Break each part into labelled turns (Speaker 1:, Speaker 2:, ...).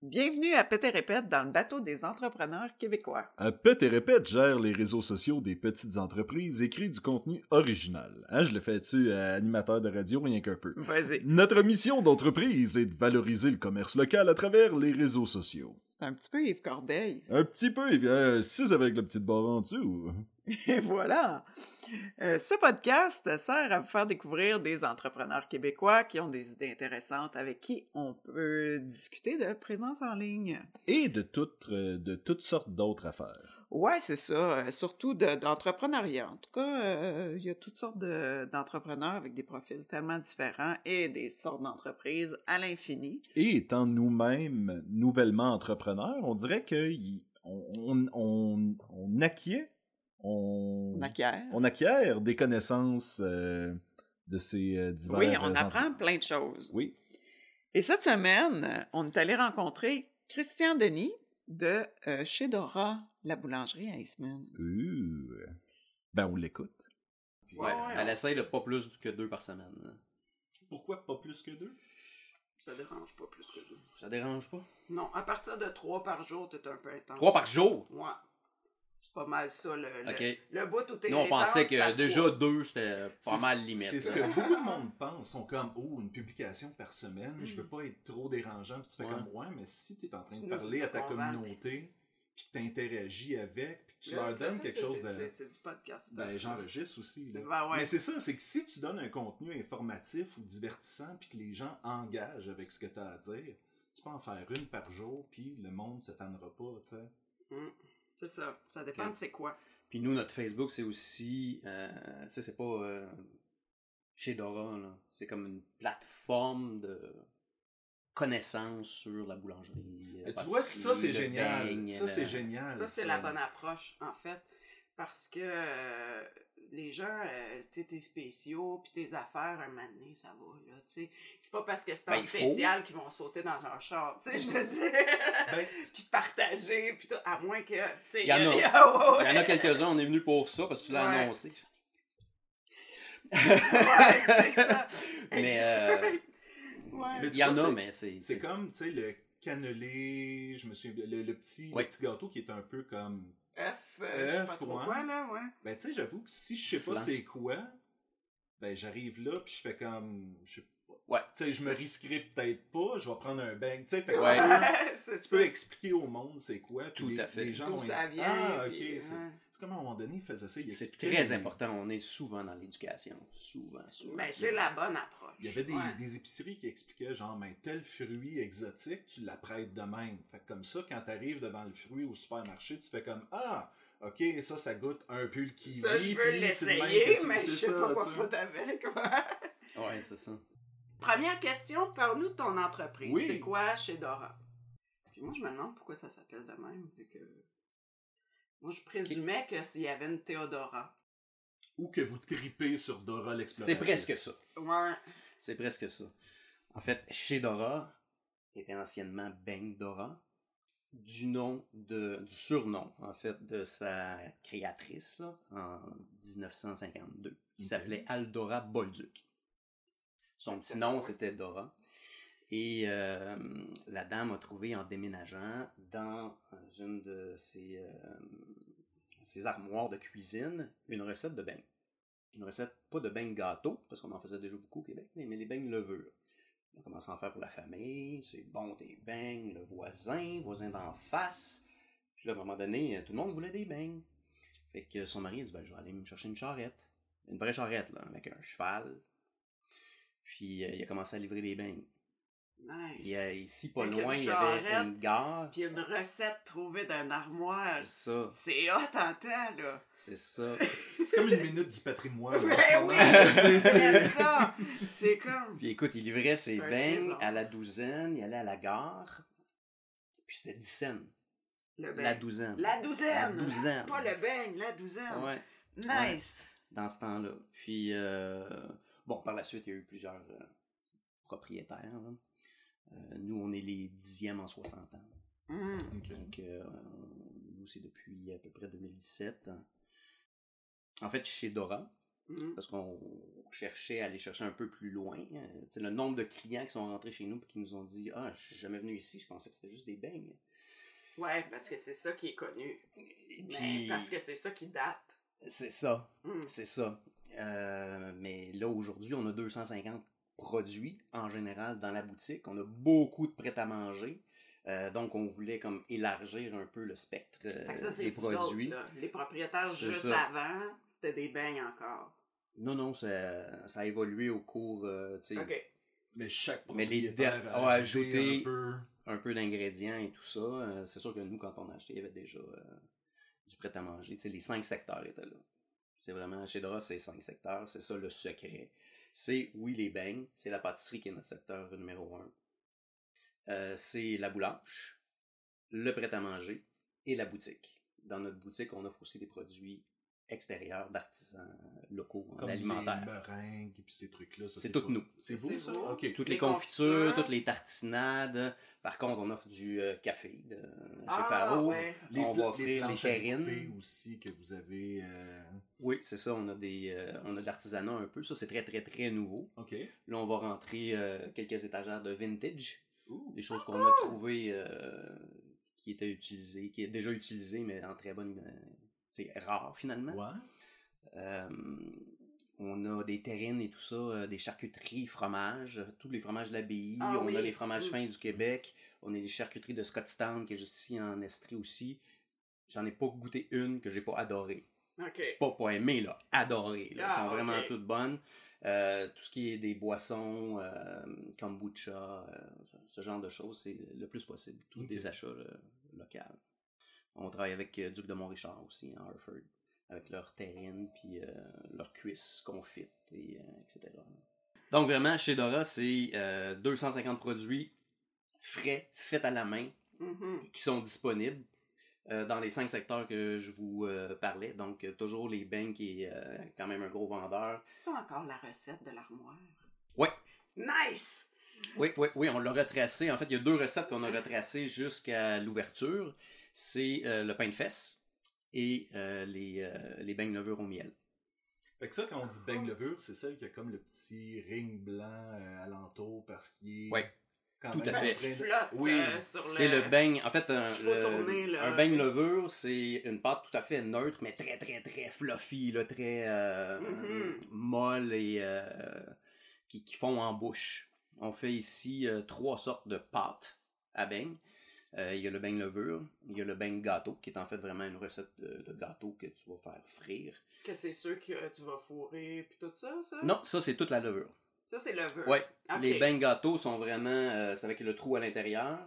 Speaker 1: Bienvenue à Pète et Répète dans le bateau des entrepreneurs québécois.
Speaker 2: Un Pète et Répète gère les réseaux sociaux des petites entreprises et crée du contenu original. Hein, je le fais-tu à animateur de radio rien qu'un peu.
Speaker 1: Vas-y.
Speaker 2: Notre mission d'entreprise est de valoriser le commerce local à travers les réseaux sociaux.
Speaker 1: C'est un petit peu Yves Corbeil.
Speaker 2: Un petit peu, et bien, six avec la petite barre en dessous.
Speaker 1: Et voilà. Euh, ce podcast sert à vous faire découvrir des entrepreneurs québécois qui ont des idées intéressantes avec qui on peut discuter de présence en ligne.
Speaker 2: Et de toutes, euh, de toutes sortes d'autres affaires.
Speaker 1: Ouais, c'est ça. euh, surtout de- d'entrepreneuriat. en tout cas, euh, il y a toutes sortes de- d'entrepreneurs avec des profils tellement différents et des sortes d'entreprises à l'infini.
Speaker 2: Et étant nous-mêmes nouvellement entrepreneurs, on dirait qu'on on, on, on acquiert, on,
Speaker 1: On acquiert.
Speaker 2: on acquiert des connaissances euh, de ces euh, divers...
Speaker 1: Oui,
Speaker 2: euh,
Speaker 1: on apprend
Speaker 2: entre-
Speaker 1: plein de choses.
Speaker 2: Oui,
Speaker 1: Et cette semaine, euh, on est allé rencontrer Christian Denis de euh, chez Dora, la boulangerie à Eastman.
Speaker 2: Euh, Ben, on l'écoute.
Speaker 3: Puis,
Speaker 4: Ouais,
Speaker 3: euh,
Speaker 4: ouais,
Speaker 3: elle
Speaker 4: on-
Speaker 3: essaye de pas plus que deux par semaine. là.
Speaker 4: Pourquoi pas plus que deux? Ça dérange pas plus que deux.
Speaker 3: Ça dérange pas?
Speaker 4: Non, à partir de trois par jour, t'es un peu intense.
Speaker 3: Trois par jour?
Speaker 4: Ouais. C'est pas mal ça, le,
Speaker 5: Euh,
Speaker 4: le,
Speaker 3: Ok.
Speaker 4: le bout où t'es
Speaker 3: Nous, on
Speaker 4: intense,
Speaker 3: pensait
Speaker 4: c'est à
Speaker 3: que déjà
Speaker 4: trois.
Speaker 3: deux, c'était pas
Speaker 5: C'est-
Speaker 3: mal limite.
Speaker 5: C'est ce
Speaker 3: là.
Speaker 5: que beaucoup de monde pense. Sont comme, oh, une publication par semaine, je veux pas être trop dérangeant. Puis tu fais
Speaker 3: Ouais.
Speaker 5: comme, ouais, mais si tu es en train de
Speaker 4: Hmm. Sinon,
Speaker 5: parler
Speaker 4: c'est
Speaker 5: à ta
Speaker 4: qu'on vend.
Speaker 5: communauté, puis que tu interagis avec, puis que tu
Speaker 4: Là,
Speaker 5: leur
Speaker 4: ça,
Speaker 5: donnes
Speaker 4: ça,
Speaker 5: quelque
Speaker 4: c'est-
Speaker 5: chose
Speaker 4: c'est-
Speaker 5: de.
Speaker 4: c'est- C'est du podcast. hein.
Speaker 5: Ben, j'enregistre aussi. là.
Speaker 4: Ben ouais.
Speaker 5: Mais c'est ça, c'est que si tu donnes un contenu informatif ou divertissant, puis que les gens engagent avec ce que tu as à dire, tu peux en faire une par jour, puis le monde se tannera pas, tu sais.
Speaker 4: C'est ça. Ça dépend
Speaker 3: Ok.
Speaker 4: de c'est quoi.
Speaker 3: Puis nous, notre Facebook, c'est aussi. Euh, tu sais, c'est pas. euh, chez Dora, là. C'est comme une plateforme de connaissances sur la boulangerie. euh,
Speaker 5: Et Tu vois, ça, c'est génial. Ça, c'est génial.
Speaker 4: Ça, c'est la bonne approche, en fait. Parce que euh, les gens, euh, tu sais, tes spéciaux, puis tes affaires, un moment donné, ça va, là, tu sais. C'est pas parce que c'est
Speaker 3: Ben,
Speaker 4: un
Speaker 3: il faut.
Speaker 4: spécial qu'ils vont sauter dans un char, tu sais, je veux dire.
Speaker 5: Ben,
Speaker 4: puis partager, puis tout, à moins que, tu sais. Ah,
Speaker 3: Il y en a.
Speaker 4: y a-
Speaker 3: Il y en a quelques-uns, on est venu pour ça parce que tu l'as
Speaker 4: Ouais.
Speaker 3: annoncé.
Speaker 4: Ouais, c'est ça.
Speaker 3: Mais
Speaker 4: Exact.
Speaker 3: euh,
Speaker 4: Ouais.
Speaker 5: Mais
Speaker 3: il y en
Speaker 5: vois,
Speaker 3: a,
Speaker 5: c'est-
Speaker 3: mais c'est.
Speaker 5: C'est comme, tu sais, le cannelé, je me souviens, le, le petit, le
Speaker 3: Ouais.
Speaker 5: petit gâteau qui est un peu comme...
Speaker 4: F, euh, je sais pas
Speaker 5: F,
Speaker 4: trop
Speaker 5: ouais.
Speaker 4: quoi, là, ouais.
Speaker 5: Ben, tu sais, j'avoue que si je sais pas
Speaker 3: Flan.
Speaker 5: c'est quoi, ben, j'arrive là, puis je fais comme... Je sais pas.
Speaker 3: Ouais.
Speaker 5: Tu sais, je me risquerai peut-être pas, je vais prendre un bang, tu sais, fait que
Speaker 3: Ouais.
Speaker 5: tu peux-
Speaker 4: c'est
Speaker 5: tu
Speaker 4: ça.
Speaker 5: peux expliquer au monde c'est quoi, puis
Speaker 3: Tout
Speaker 5: les,
Speaker 3: à fait.
Speaker 5: les gens
Speaker 4: D'où
Speaker 5: vont
Speaker 4: ça
Speaker 5: être-
Speaker 4: vient.
Speaker 5: Ah, ok,
Speaker 4: puis, hein.
Speaker 5: c'est
Speaker 4: ouais.
Speaker 5: c'est comme à un moment donné, il faisait ça, il
Speaker 3: C'est
Speaker 5: expliquait
Speaker 3: très
Speaker 5: des-
Speaker 3: important. On est souvent dans l'éducation. Souvent, souvent.
Speaker 4: Ben, c'est la bonne approche.
Speaker 5: Il y avait des,
Speaker 4: Ouais.
Speaker 5: des épiceries qui expliquaient genre, mais tel fruit exotique, tu l'apprêtes de même. Fait que comme ça, quand tu arrives devant le fruit au supermarché, tu fais comme Ah, ok, ça, ça goûte un peu le kiwi.
Speaker 4: ça, je veux
Speaker 5: puis c'est le même
Speaker 4: l'essayer,
Speaker 5: que tu-
Speaker 4: mais je
Speaker 5: c'est
Speaker 4: sais
Speaker 5: ça,
Speaker 4: pas quoi
Speaker 5: tu sais.
Speaker 4: foutre avec.
Speaker 3: Ouais, c'est ça.
Speaker 4: Première question, parle-nous de ton entreprise.
Speaker 5: Oui.
Speaker 4: C'est quoi chez Dora? Puis moi, je me demande pourquoi ça s'appelle de même, vu que... Moi, je présumais que s'il y avait une Théodora.
Speaker 5: Ou que vous tripez sur Dora
Speaker 3: C'est
Speaker 5: l'exploratrice.
Speaker 3: presque ça.
Speaker 4: Ouais.
Speaker 3: C'est presque ça. En fait, chez Dora était anciennement Bang Dora, du nom de, du surnom en fait de sa créatrice là, en 1952, qui
Speaker 5: Ok.
Speaker 3: s'appelait Aldora Bolduc. Son petit
Speaker 4: D'accord.
Speaker 3: nom c'était Dora. Et euh, la dame a trouvé en déménageant dans euh, une de ses, euh, ses armoires de cuisine une recette de bain. Une recette pas de bain gâteau, parce qu'on en faisait déjà beaucoup au Québec, mais mais les beignes levure. On commence à en faire pour la famille, c'est bon des beignes, le voisin, voisin d'en face. Puis là, à un moment donné, euh, tout le monde voulait des beignes. Fait que son mari a dit, ben, je vais aller me chercher une charrette. Une vraie charrette, là, avec un cheval. Puis euh, il a commencé à livrer des beignes.
Speaker 4: Nice.
Speaker 3: Et euh, ici, pas
Speaker 4: Avec
Speaker 3: loin,
Speaker 4: une
Speaker 3: il y avait
Speaker 4: charrette,
Speaker 3: une gare.
Speaker 4: Puis une recette trouvée d'un armoire.
Speaker 3: C'est ça,
Speaker 4: C'est hot en temps, là.
Speaker 3: c'est ça.
Speaker 5: C'est comme une minute du patrimoine.
Speaker 4: Ben
Speaker 5: en ce moment,
Speaker 4: oui!
Speaker 5: tu sais,
Speaker 4: C'est
Speaker 5: c'est-
Speaker 4: ça! C'est comme...
Speaker 3: Puis écoute, il livrait ses
Speaker 4: C'est un
Speaker 3: beignes
Speaker 4: trésor.
Speaker 3: à la douzaine, il allait à la gare. Puis c'était 10 cents.
Speaker 4: Le
Speaker 3: La
Speaker 4: beigne.
Speaker 3: douzaine.
Speaker 4: Ben, La douzaine!
Speaker 3: La douzaine.
Speaker 4: Pas le beigne, la douzaine.
Speaker 3: Ouais,
Speaker 4: Nice!
Speaker 3: dans ce temps-là. Puis, euh, bon, par la suite, il y a eu plusieurs euh, propriétaires. là. Euh, nous, on est les dixièmes en 60 ans.
Speaker 4: Mm.
Speaker 5: Ok.
Speaker 3: Donc, euh, nous, c'est depuis à peu près 2017. En fait, chez Dora,
Speaker 4: Mhm.
Speaker 3: parce qu'on cherchait à aller chercher un peu plus loin. Euh, tu sais, le nombre de clients qui sont rentrés chez nous et qui nous ont dit Ah, je suis jamais venu ici, je pensais que c'était juste des beignes.
Speaker 4: Ouais, parce que c'est ça qui est connu.
Speaker 3: Et
Speaker 4: Mais
Speaker 3: puis,
Speaker 4: Parce que c'est ça qui date.
Speaker 3: c'est ça,
Speaker 4: Mm.
Speaker 3: c'est ça. Euh, mais là, aujourd'hui, on a 250 produits en général dans la boutique. On a beaucoup de prêt-à-manger. Euh, donc, on voulait comme élargir un peu le spectre euh,
Speaker 4: Fait que ça, c'est
Speaker 3: des
Speaker 4: vous
Speaker 3: produits.
Speaker 4: autres, là. Les propriétaires
Speaker 3: C'est
Speaker 4: juste
Speaker 3: ça.
Speaker 4: avant, c'était des beignes encore.
Speaker 3: non, non, ça, ça a évolué au cours, euh, tu sais,
Speaker 4: OK.
Speaker 5: Mais chaque
Speaker 3: Mais les
Speaker 5: propriétaire
Speaker 3: der-
Speaker 5: a
Speaker 3: ont ajouté-
Speaker 5: ajouté un peu.
Speaker 3: un peu d'ingrédients et tout ça. Euh, c'est sûr que nous, quand on a acheté, il y avait déjà euh, du prêt-à-manger. Tu sais, les cinq secteurs étaient là. C'est vraiment, chez Dora, c'est les cinq secteurs. C'est ça le secret. C'est, oui, les beignes. C'est la pâtisserie qui est notre secteur numéro un. Euh, c'est la boulange, le prêt-à-manger et la boutique. Dans notre boutique, on offre aussi des produits extérieurs d'artisans locaux en
Speaker 5: Comme les
Speaker 3: alimentaire.
Speaker 5: meringues et ces trucs-là. ça,
Speaker 3: C'est tout
Speaker 5: pas-
Speaker 3: nous.
Speaker 5: C'est
Speaker 4: C'est
Speaker 5: beau, ça?
Speaker 4: beau.
Speaker 5: OK.
Speaker 3: Toutes
Speaker 4: Les
Speaker 3: les, confitures,
Speaker 4: confitures.
Speaker 3: toutes les tartinades. Par contre, on offre du euh, café de, chez
Speaker 4: Ah,
Speaker 3: Faro.
Speaker 4: ouais.
Speaker 5: Les
Speaker 3: on
Speaker 5: pla-
Speaker 3: va offrir les
Speaker 5: planches à
Speaker 3: terrines.
Speaker 5: découper aussi que vous avez... euh,
Speaker 3: Oui, c'est ça. On a des, euh, on a de l'artisanat un peu. Ça, c'est très, très, très nouveau.
Speaker 5: OK.
Speaker 3: Là, on va rentrer euh, quelques étagères de vintage.
Speaker 5: Ouh.
Speaker 3: Des choses
Speaker 4: Ah,
Speaker 3: qu'on a trouvées euh, qui étaient utilisées, qui est déjà utilisées, mais en très bonne. euh, tu sais, rare finalement.
Speaker 5: Ouais.
Speaker 3: Euh, on a des terrines et tout ça, euh, des charcuteries, fromages, euh, tous les fromages de l'abbaye.
Speaker 4: Ah
Speaker 3: on
Speaker 4: oui.
Speaker 3: a les fromages
Speaker 4: Mm.
Speaker 3: fins du Québec. On a les charcuteries de Scottstown qui est juste ici en Estrie aussi. J'en ai pas goûté une que j'ai pas adorée.
Speaker 4: OK.
Speaker 3: C'est pas pas aimé, là. Adoré. Là.
Speaker 4: Ah,
Speaker 3: Elles sont vraiment
Speaker 4: ok.
Speaker 3: toutes bonnes. Euh, tout ce qui est des boissons, euh, kombucha, euh, ce- ce genre de choses, c'est le plus possible. Tous
Speaker 5: Ok.
Speaker 3: des achats euh, locaux. On travaille avec euh, Duc de Montrichard aussi, en Harford, avec leurs terrines, puis euh, leurs cuisses confites, et, euh, etc. Donc vraiment, chez Dora, c'est euh, 250 produits frais, faits à la main,
Speaker 4: Mhm.
Speaker 3: qui sont disponibles euh, dans les cinq secteurs que je vous euh, parlais. Donc, euh, toujours les beignes qui est euh, quand même un gros vendeur.
Speaker 4: C'est-tu encore la recette de l'armoire?
Speaker 3: Ouais.
Speaker 4: Nice!
Speaker 3: Oui, oui, oui, on l'a retracé. En fait, il y a deux recettes qu'on a retracées jusqu'à l'ouverture. C'est euh, le pain de fesse et euh, les, euh, les beignes levure au miel.
Speaker 5: Fait que ça, quand on dit
Speaker 3: Oh.
Speaker 5: beigne levure, c'est celle qui a comme le petit ring blanc euh, alentour parce qu'il est...
Speaker 3: Ouais.
Speaker 5: quand
Speaker 3: Tout
Speaker 5: même
Speaker 3: à fait.
Speaker 5: en train de-
Speaker 4: Flotte
Speaker 5: Oui.
Speaker 4: euh, sur le...
Speaker 3: C'est le beigne, en fait, un,
Speaker 4: Qu'il faut
Speaker 3: le-
Speaker 4: tourner, là.
Speaker 3: un beigne levure, c'est une pâte tout à fait neutre, mais très, très, très fluffy, là, très euh,
Speaker 4: Mhm.
Speaker 3: molle et euh, qui, qui fond en bouche. On fait ici euh, trois sortes de pâtes à beigne. Euh, Il y a le beigne levure, il y a le beigne gâteau, qui est en fait vraiment une recette de, de gâteau que tu vas faire frire.
Speaker 4: Que c'est sûr que euh, tu vas fourrer, puis tout ça, ça?
Speaker 3: Non, ça, c'est toute la levure.
Speaker 4: Ça, c'est le vœu.
Speaker 3: Ouais,
Speaker 4: Ok.
Speaker 3: les beignes gâteaux sont vraiment. euh, c'est avec le trou à l'intérieur.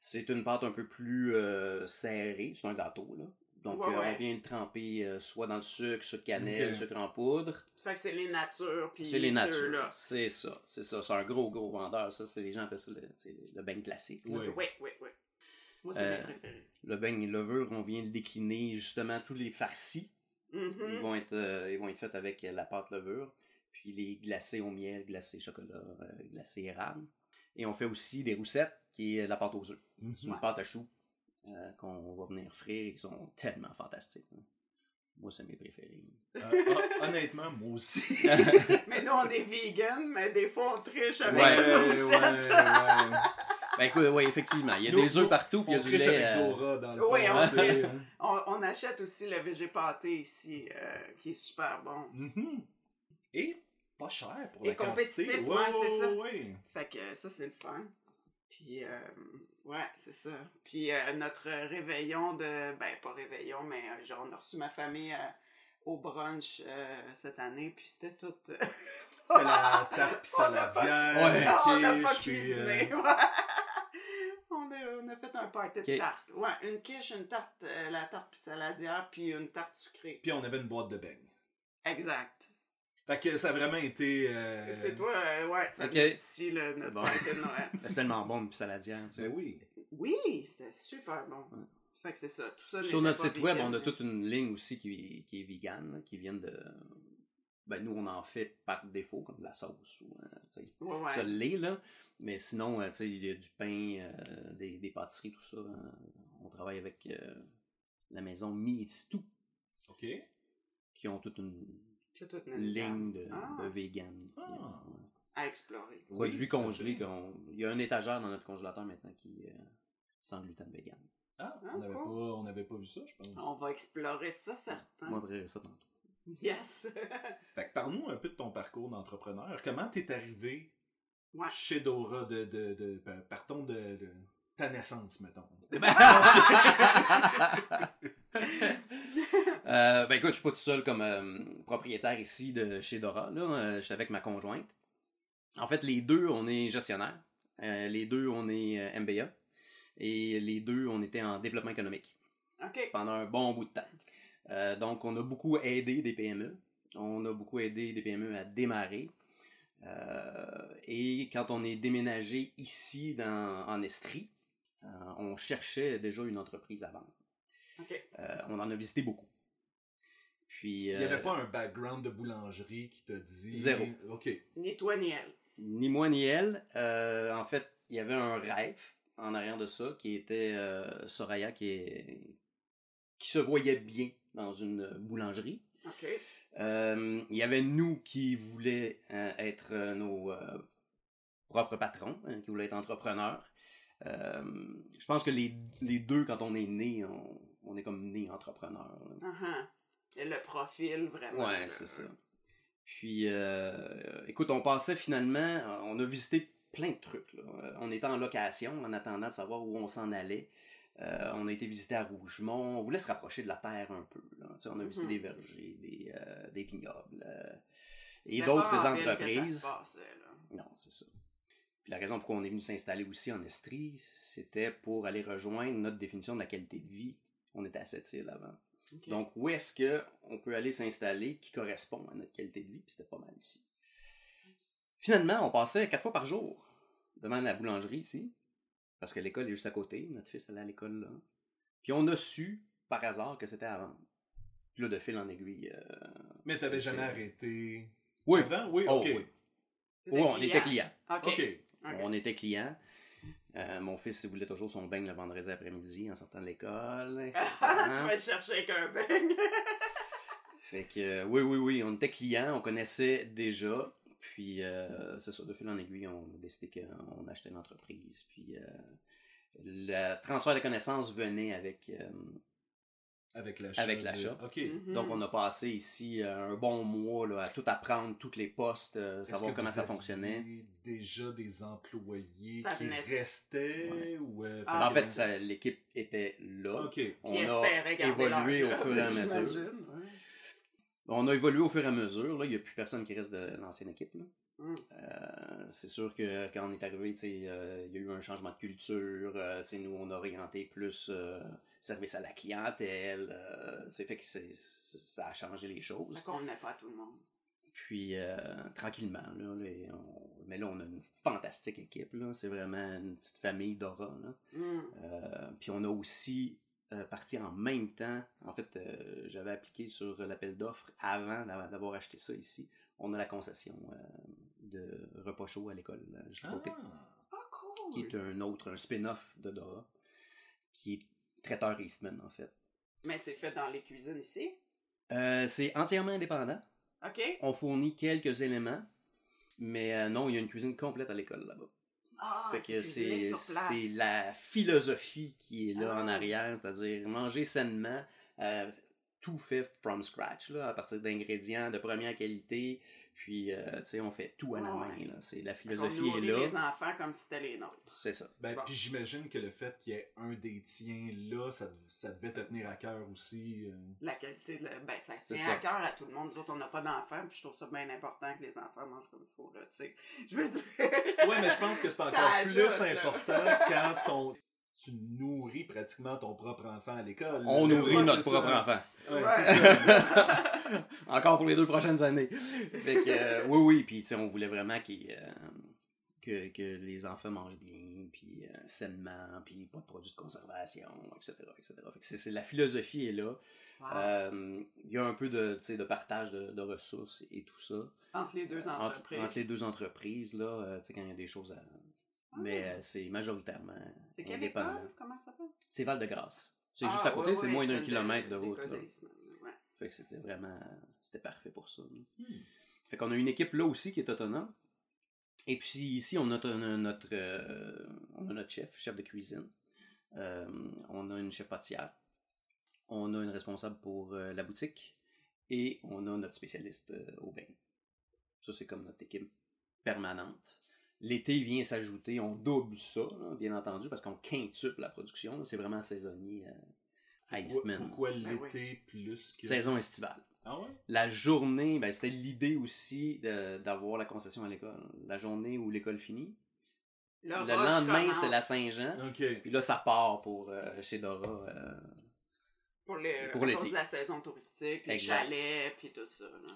Speaker 3: C'est une pâte un peu plus euh, serrée. C'est un gâteau, là. Donc,
Speaker 4: Ouais,
Speaker 3: euh,
Speaker 4: ouais.
Speaker 3: on vient le tremper euh, soit dans le sucre, sucre cannelle,
Speaker 5: Ok.
Speaker 3: sucre en poudre.
Speaker 4: Fait que c'est les natures, puis
Speaker 3: C'est les natures.
Speaker 4: ceux-là.
Speaker 3: C'est ça, c'est ça. C'est un gros, gros vendeur. Ça, c'est les gens appellent ça le, tu sais, le beigne classique. là.
Speaker 5: Oui.
Speaker 4: Oui, oui, oui. Moi, c'est
Speaker 3: Euh,
Speaker 4: mes préférés.
Speaker 3: Le beigne levure, on vient le décliner justement tous les farcis.
Speaker 4: Mhm.
Speaker 3: Ils vont être, euh, ils vont être faits avec euh, la pâte levure, puis les glacés au miel, glacés chocolat, euh, glacés érable. Et on fait aussi des roussettes, qui est la pâte aux œufs.
Speaker 5: Mhm.
Speaker 3: C'est une pâte à choux euh, qu'on va venir frire et qui sont tellement fantastiques. hein. Moi, c'est mes préférés.
Speaker 5: Euh, hon- honnêtement, moi aussi.
Speaker 4: Mais nous, on est vegan, mais des fois, on triche avec
Speaker 3: Ouais,
Speaker 4: nos
Speaker 5: ouais,
Speaker 4: recettes.
Speaker 5: ouais.
Speaker 3: Ben écoute, oui, effectivement, il y a
Speaker 5: Nous-
Speaker 3: des œufs
Speaker 5: nous,
Speaker 3: partout, puis il y
Speaker 5: On
Speaker 3: a du
Speaker 5: triche
Speaker 3: lait.
Speaker 5: avec
Speaker 3: euh,
Speaker 5: Dora dans le
Speaker 4: Oui,
Speaker 5: fond,
Speaker 4: on
Speaker 5: c'est-
Speaker 4: triche. On, on achète aussi le végé pâté ici, euh, qui est super bon.
Speaker 5: Mhm. Et pas cher pour
Speaker 4: Et
Speaker 5: la quantité.
Speaker 4: compétitif,
Speaker 5: Ouais,
Speaker 4: ouais, c'est
Speaker 5: ouais,
Speaker 4: ça.
Speaker 5: ouais.
Speaker 4: Fait que ça, c'est le fun. Puis, euh, ouais, c'est ça. Puis, euh, notre réveillon de. Ben, pas réveillon, mais euh, genre, on a reçu ma famille euh, au brunch euh, cette année, puis c'était tout. euh,
Speaker 5: C'était la tarte pis
Speaker 4: On n'a pas-
Speaker 5: saladière.
Speaker 4: on n'a
Speaker 5: la
Speaker 4: pas
Speaker 5: quiche, puis,
Speaker 4: cuisiné.
Speaker 5: euh,
Speaker 4: ouais. on, a, on a fait un party
Speaker 3: Ok.
Speaker 4: de tarte. Ouais, une quiche, une tarte, euh, la tarte puis saladière, puis une tarte sucrée.
Speaker 5: Puis on avait une boîte de beignes.
Speaker 4: Exact.
Speaker 5: Fait que ça a vraiment été. euh,
Speaker 4: C'est toi, euh, ouais, ça
Speaker 3: ok.
Speaker 4: vient d'ici, là, notre
Speaker 3: C'est bon.
Speaker 4: party de Noël.
Speaker 3: C'est tellement bon, puis saladière. tu sais.
Speaker 5: Ben oui.
Speaker 4: Oui, c'était super bon.
Speaker 3: Ouais.
Speaker 4: Fait que c'est ça. Tout ça
Speaker 3: Sur
Speaker 4: n'était
Speaker 3: notre
Speaker 4: pas
Speaker 3: site web,
Speaker 4: vegan,
Speaker 3: on a
Speaker 4: mais-
Speaker 3: toute une ligne aussi qui, qui est vegan, là, qui vient de. Ben, nous, on en fait par défaut, comme de la sauce ou. euh, tu sais,
Speaker 4: Ouais, ouais.
Speaker 3: ça l'est, là. Mais sinon, euh, tu sais, il y a du pain, euh, des, des pâtisseries, tout ça. euh, on travaille avec euh, la maison Miestou,
Speaker 5: OK.
Speaker 3: qui ont toute une
Speaker 4: C'est toute une
Speaker 3: ligne de,
Speaker 4: Ah.
Speaker 3: de vegan.
Speaker 5: Ah.
Speaker 3: Ouais.
Speaker 4: à explorer.
Speaker 5: Oui,
Speaker 3: Produits
Speaker 5: tout à
Speaker 3: congelés.
Speaker 5: fait.
Speaker 3: qu'on- Il y a un étagère dans notre congélateur maintenant qui euh, sans gluten vegan.
Speaker 5: Ah,
Speaker 4: Ah,
Speaker 5: on n'avait
Speaker 4: cool.
Speaker 5: pas, on n'avait pas vu ça, je pense.
Speaker 4: On va explorer ça,
Speaker 3: Je
Speaker 4: certain.
Speaker 5: Hein?
Speaker 3: vous montrerai ça tantôt.
Speaker 4: Yes!
Speaker 5: Fait que parle-nous un peu de ton parcours d'entrepreneur. Comment t'es arrivé
Speaker 4: Ouais.
Speaker 5: chez Dora de, de, de- pa- partons de, de ta naissance, mettons.
Speaker 3: Euh, ben écoute, je suis pas tout seul comme euh, propriétaire ici de chez Dora. Là, Euh, je suis avec ma conjointe. En fait, les deux, on est gestionnaire. Euh, les deux, on est euh, MBA. Et les deux, on était en développement économique
Speaker 4: OK.
Speaker 3: pendant un bon bout de temps. Euh, donc, on a beaucoup aidé des PME. On a beaucoup aidé des PME à démarrer. Euh, et quand on est déménagé ici dans- en Estrie, euh, on cherchait déjà une entreprise à vendre.
Speaker 4: OK.
Speaker 3: Euh, on en a visité beaucoup. Puis,
Speaker 5: Il n'y
Speaker 3: euh,
Speaker 5: avait pas un background de boulangerie qui t'a dit.
Speaker 3: Zéro.
Speaker 5: OK.
Speaker 4: Ni toi ni elle.
Speaker 3: ni moi ni elle, euh, en fait, il y avait un rêve en arrière de ça qui était euh, Soraya qui, est- qui se voyait bien dans une boulangerie.
Speaker 4: OK.
Speaker 3: Euh, il y avait nous qui voulions être euh, nos euh, propres patrons, hein, qui voulaient être entrepreneurs. Euh, je pense que les, les deux, quand on est né, on, on est comme né entrepreneur. là.
Speaker 4: Uh-huh. Et le profil, vraiment.
Speaker 3: Ouais,
Speaker 4: là.
Speaker 3: c'est ça. Puis, euh, écoute, on passait finalement, on a visité plein de trucs. là. Euh, On était en location en attendant de savoir où on s'en allait. Euh, on a été visiter à Rougemont. On voulait se rapprocher de la terre un peu. là. Tu sais, On a visité
Speaker 4: Mhm.
Speaker 3: des vergers, des, euh, des vignobles euh, et
Speaker 4: C'était
Speaker 3: d'autres
Speaker 4: pas en ville que ça se
Speaker 3: entreprises.
Speaker 4: passait, là.
Speaker 3: Non, c'est ça. Puis la raison pourquoi on est venu s'installer aussi en Estrie, c'était pour aller rejoindre notre définition de la qualité de vie. On était à cette île avant.
Speaker 4: OK.
Speaker 3: Donc, où est-ce que on peut aller s'installer qui correspond à notre qualité de vie? Puis c'était pas mal ici. Finalement, on passait quatre fois par jour devant la boulangerie ici, parce que l'école est juste à côté. Notre fils allait à l'école là. Puis on a su, par hasard, que c'était à vendre. Puis là, de fil en aiguille. euh,
Speaker 5: Mais
Speaker 3: c'est-
Speaker 5: t'avais jamais
Speaker 3: c'est-
Speaker 5: arrêté.
Speaker 3: Oui.
Speaker 5: Avant? Oui,
Speaker 3: Oh,
Speaker 5: OK.
Speaker 3: oui. Oui, on était clients.
Speaker 4: OK.
Speaker 5: OK.
Speaker 4: OK.
Speaker 3: On était clients. Euh, mon fils il voulait toujours son bain le vendredi après-midi en sortant de l'école.
Speaker 4: tu vas le chercher avec un beigne.
Speaker 3: Fait que, euh, oui, oui, oui, on était clients, on connaissait déjà. Puis, euh, c'est ça, de fil en aiguille, on a décidé qu'on achetait l'entreprise. Puis, euh, le transfert de connaissances venait avec. euh,
Speaker 5: Avec l'achat.
Speaker 3: Avec
Speaker 5: de-
Speaker 3: l'achat.
Speaker 5: OK.
Speaker 4: Mhm.
Speaker 3: Donc, on a passé ici euh, un bon mois là, à tout apprendre, tous les postes, euh,
Speaker 5: Est-ce
Speaker 3: savoir
Speaker 5: que
Speaker 3: comment
Speaker 5: vous
Speaker 3: ça
Speaker 5: aviez
Speaker 3: fonctionnait.
Speaker 5: Déjà des employés
Speaker 4: Ça
Speaker 5: qui
Speaker 4: venait de-
Speaker 5: restaient
Speaker 3: Ouais.
Speaker 5: ou. euh,
Speaker 4: Ah.
Speaker 3: en fait, ça- l'équipe était là.
Speaker 5: OK.
Speaker 3: On
Speaker 4: Qui espérait
Speaker 3: a
Speaker 4: garder leur
Speaker 3: évolué au
Speaker 4: job,
Speaker 3: fur et à mesure.
Speaker 4: j'imagine, ouais.
Speaker 3: On a évolué au fur et à mesure. Là. Il n'y a plus personne qui reste de l'ancienne équipe. là.
Speaker 4: Mm.
Speaker 3: Euh, c'est sûr que quand on est arrivé, tu sais, euh, il y a eu un changement de culture. euh, tu sais, nous, on a orienté plus euh, service à la clientèle. euh, c'est fait que c'est- c'est- ça a changé les choses.
Speaker 4: Ça convenait pas à tout le monde.
Speaker 3: Puis euh, tranquillement, là, les- on- mais là, on a une fantastique équipe. là. C'est vraiment une petite famille d'aura. là.
Speaker 4: Mm.
Speaker 3: Euh, puis on a aussi euh, parti en même temps. En fait, euh, j'avais appliqué sur l'appel d'offres avant d'avoir d'avoir acheté ça ici. On a la concession euh, de repas chaud à l'école, là, juste à
Speaker 5: Ah.
Speaker 3: côté,
Speaker 4: Ah, cool!
Speaker 3: qui est un autre, un spin-off de Dora, qui est traiteur Eastman, en fait.
Speaker 4: Mais c'est fait dans les cuisines ici.
Speaker 3: Euh, c'est entièrement indépendant.
Speaker 4: OK?
Speaker 3: On fournit quelques éléments, mais euh, non, il y a une cuisine complète à l'école là-bas.
Speaker 4: Ah,
Speaker 3: Fait que
Speaker 4: c'est cuisiné
Speaker 3: c'est
Speaker 4: sur place.
Speaker 3: c'est la philosophie qui est là
Speaker 4: Ah.
Speaker 3: en arrière, c'est-à-dire manger sainement, euh, tout fait from scratch, là, à partir d'ingrédients de première qualité, puis euh, tu sais, on fait tout à la
Speaker 4: Ouais.
Speaker 3: main. Là. C'est- La
Speaker 4: On
Speaker 3: philosophie est
Speaker 4: nourrit les
Speaker 3: là.
Speaker 4: enfants comme si c'était les nôtres.
Speaker 3: C'est ça.
Speaker 5: Ben,
Speaker 4: Bon.
Speaker 5: puis j'imagine que le fait qu'il y ait un des tiens là, ça, dev- ça devait te tenir à cœur aussi. euh.
Speaker 4: La qualité de la- Ben, ça
Speaker 3: C'est
Speaker 4: tient
Speaker 3: ça.
Speaker 4: à cœur à tout le monde. Nous autres, on n'a pas d'enfants, puis je trouve ça bien important que les enfants mangent comme il faut, là, tu sais. Je veux dire...
Speaker 5: Ouais, mais je pense que c'est
Speaker 4: Ça
Speaker 5: encore plus
Speaker 4: ajoute, là.
Speaker 5: important quand ton- tu nourris pratiquement ton propre enfant à l'école.
Speaker 3: On
Speaker 5: Là,
Speaker 3: nourrit
Speaker 5: c'est
Speaker 3: notre
Speaker 5: ça.
Speaker 3: propre enfant.
Speaker 5: Ouais,
Speaker 4: Ouais.
Speaker 5: c'est ça.
Speaker 3: Encore pour les deux prochaines années. Fait que, euh, oui, oui, puis tu sais, on voulait vraiment qu'il, euh, que, que les enfants mangent bien, puis euh, sainement, puis pas de produits de conservation, etc. etc. Fait que c'est, c'est- la philosophie est là.
Speaker 4: Wow.
Speaker 3: Euh, Il y a un peu de, tu sais, de partage de, de ressources et tout ça.
Speaker 4: entre les deux
Speaker 3: Entre-
Speaker 4: entreprises. Ah,
Speaker 3: Entre, les deux entreprises, là, euh, tu sais, quand il y a des choses à... Mais euh, c'est majoritairement
Speaker 4: C'est quelle
Speaker 3: indépendant.
Speaker 4: école? Comment ça s'appelle?
Speaker 3: C'est Val-de-Grâce. C'est
Speaker 4: Ah,
Speaker 3: juste à côté,
Speaker 4: ouais,
Speaker 3: c'est
Speaker 4: ouais,
Speaker 3: moins d'un
Speaker 4: celle de-
Speaker 3: kilomètre de
Speaker 4: l'école
Speaker 3: route. là.
Speaker 4: des semaines, ouais.
Speaker 3: Fait que c'était vraiment, c'était parfait pour ça. là. Fait qu'on a une équipe là aussi qui est autonome. Et puis ici, on a notre, notre, euh, on a notre chef, chef de cuisine. Euh, on a une chef pâtissière. On a une responsable pour euh, la boutique. Et on a notre spécialiste euh, au bain. Ça, c'est comme notre équipe permanente. L'été vient s'ajouter, on double ça, là, bien entendu, parce qu'on quintuple la production. là. C'est vraiment saisonnier euh,
Speaker 5: Pourquoi,
Speaker 3: à Eastman.
Speaker 5: pourquoi
Speaker 4: Ben
Speaker 5: l'été plus que.
Speaker 3: Saison estivale.
Speaker 5: Ah ouais?
Speaker 3: La journée, ben, c'était l'idée aussi de- d'avoir la concession à l'école. La journée où l'école finit. Le,
Speaker 4: rush
Speaker 3: lendemain, c'est
Speaker 4: commence
Speaker 3: la Saint-Jean.
Speaker 5: Ok.
Speaker 3: Puis là, ça part pour euh, chez Dora. euh,
Speaker 4: Pour, les,
Speaker 3: pour
Speaker 4: à
Speaker 3: l'été.
Speaker 4: cause de la saison touristique, les
Speaker 3: Exact.
Speaker 4: chalets, puis tout ça. là.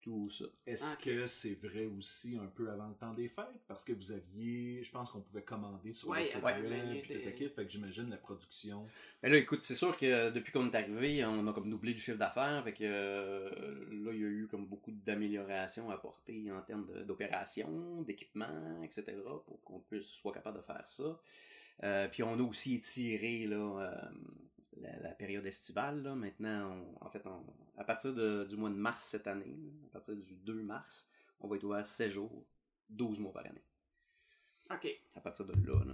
Speaker 3: tout ça.
Speaker 5: Est-ce
Speaker 4: Ah, Ok.
Speaker 5: que c'est vrai aussi un peu avant le temps des fêtes? Parce que vous aviez, je pense qu'on pouvait commander sur
Speaker 4: Ouais,
Speaker 5: le site
Speaker 4: ouais,
Speaker 5: web,
Speaker 4: mais
Speaker 5: puis tout
Speaker 4: les-
Speaker 5: le kit, fait que j'imagine la production.
Speaker 3: Mais là, écoute, c'est sûr que euh, depuis qu'on est arrivé, on a comme doublé le chiffre d'affaires. Fait que euh, là, il y a eu comme beaucoup d'améliorations à apporter en termes de- d'opérations, d'équipements, etc. pour qu'on puisse soit capable de faire ça. Euh, puis on a aussi étiré là, euh, la, la période estivale. là. Maintenant, on- en fait, on- à partir de- du mois de mars cette année, à partir du 2 mars, on va être ouvert 16 jours, 12 mois par année.
Speaker 4: OK.
Speaker 3: À partir de là, là.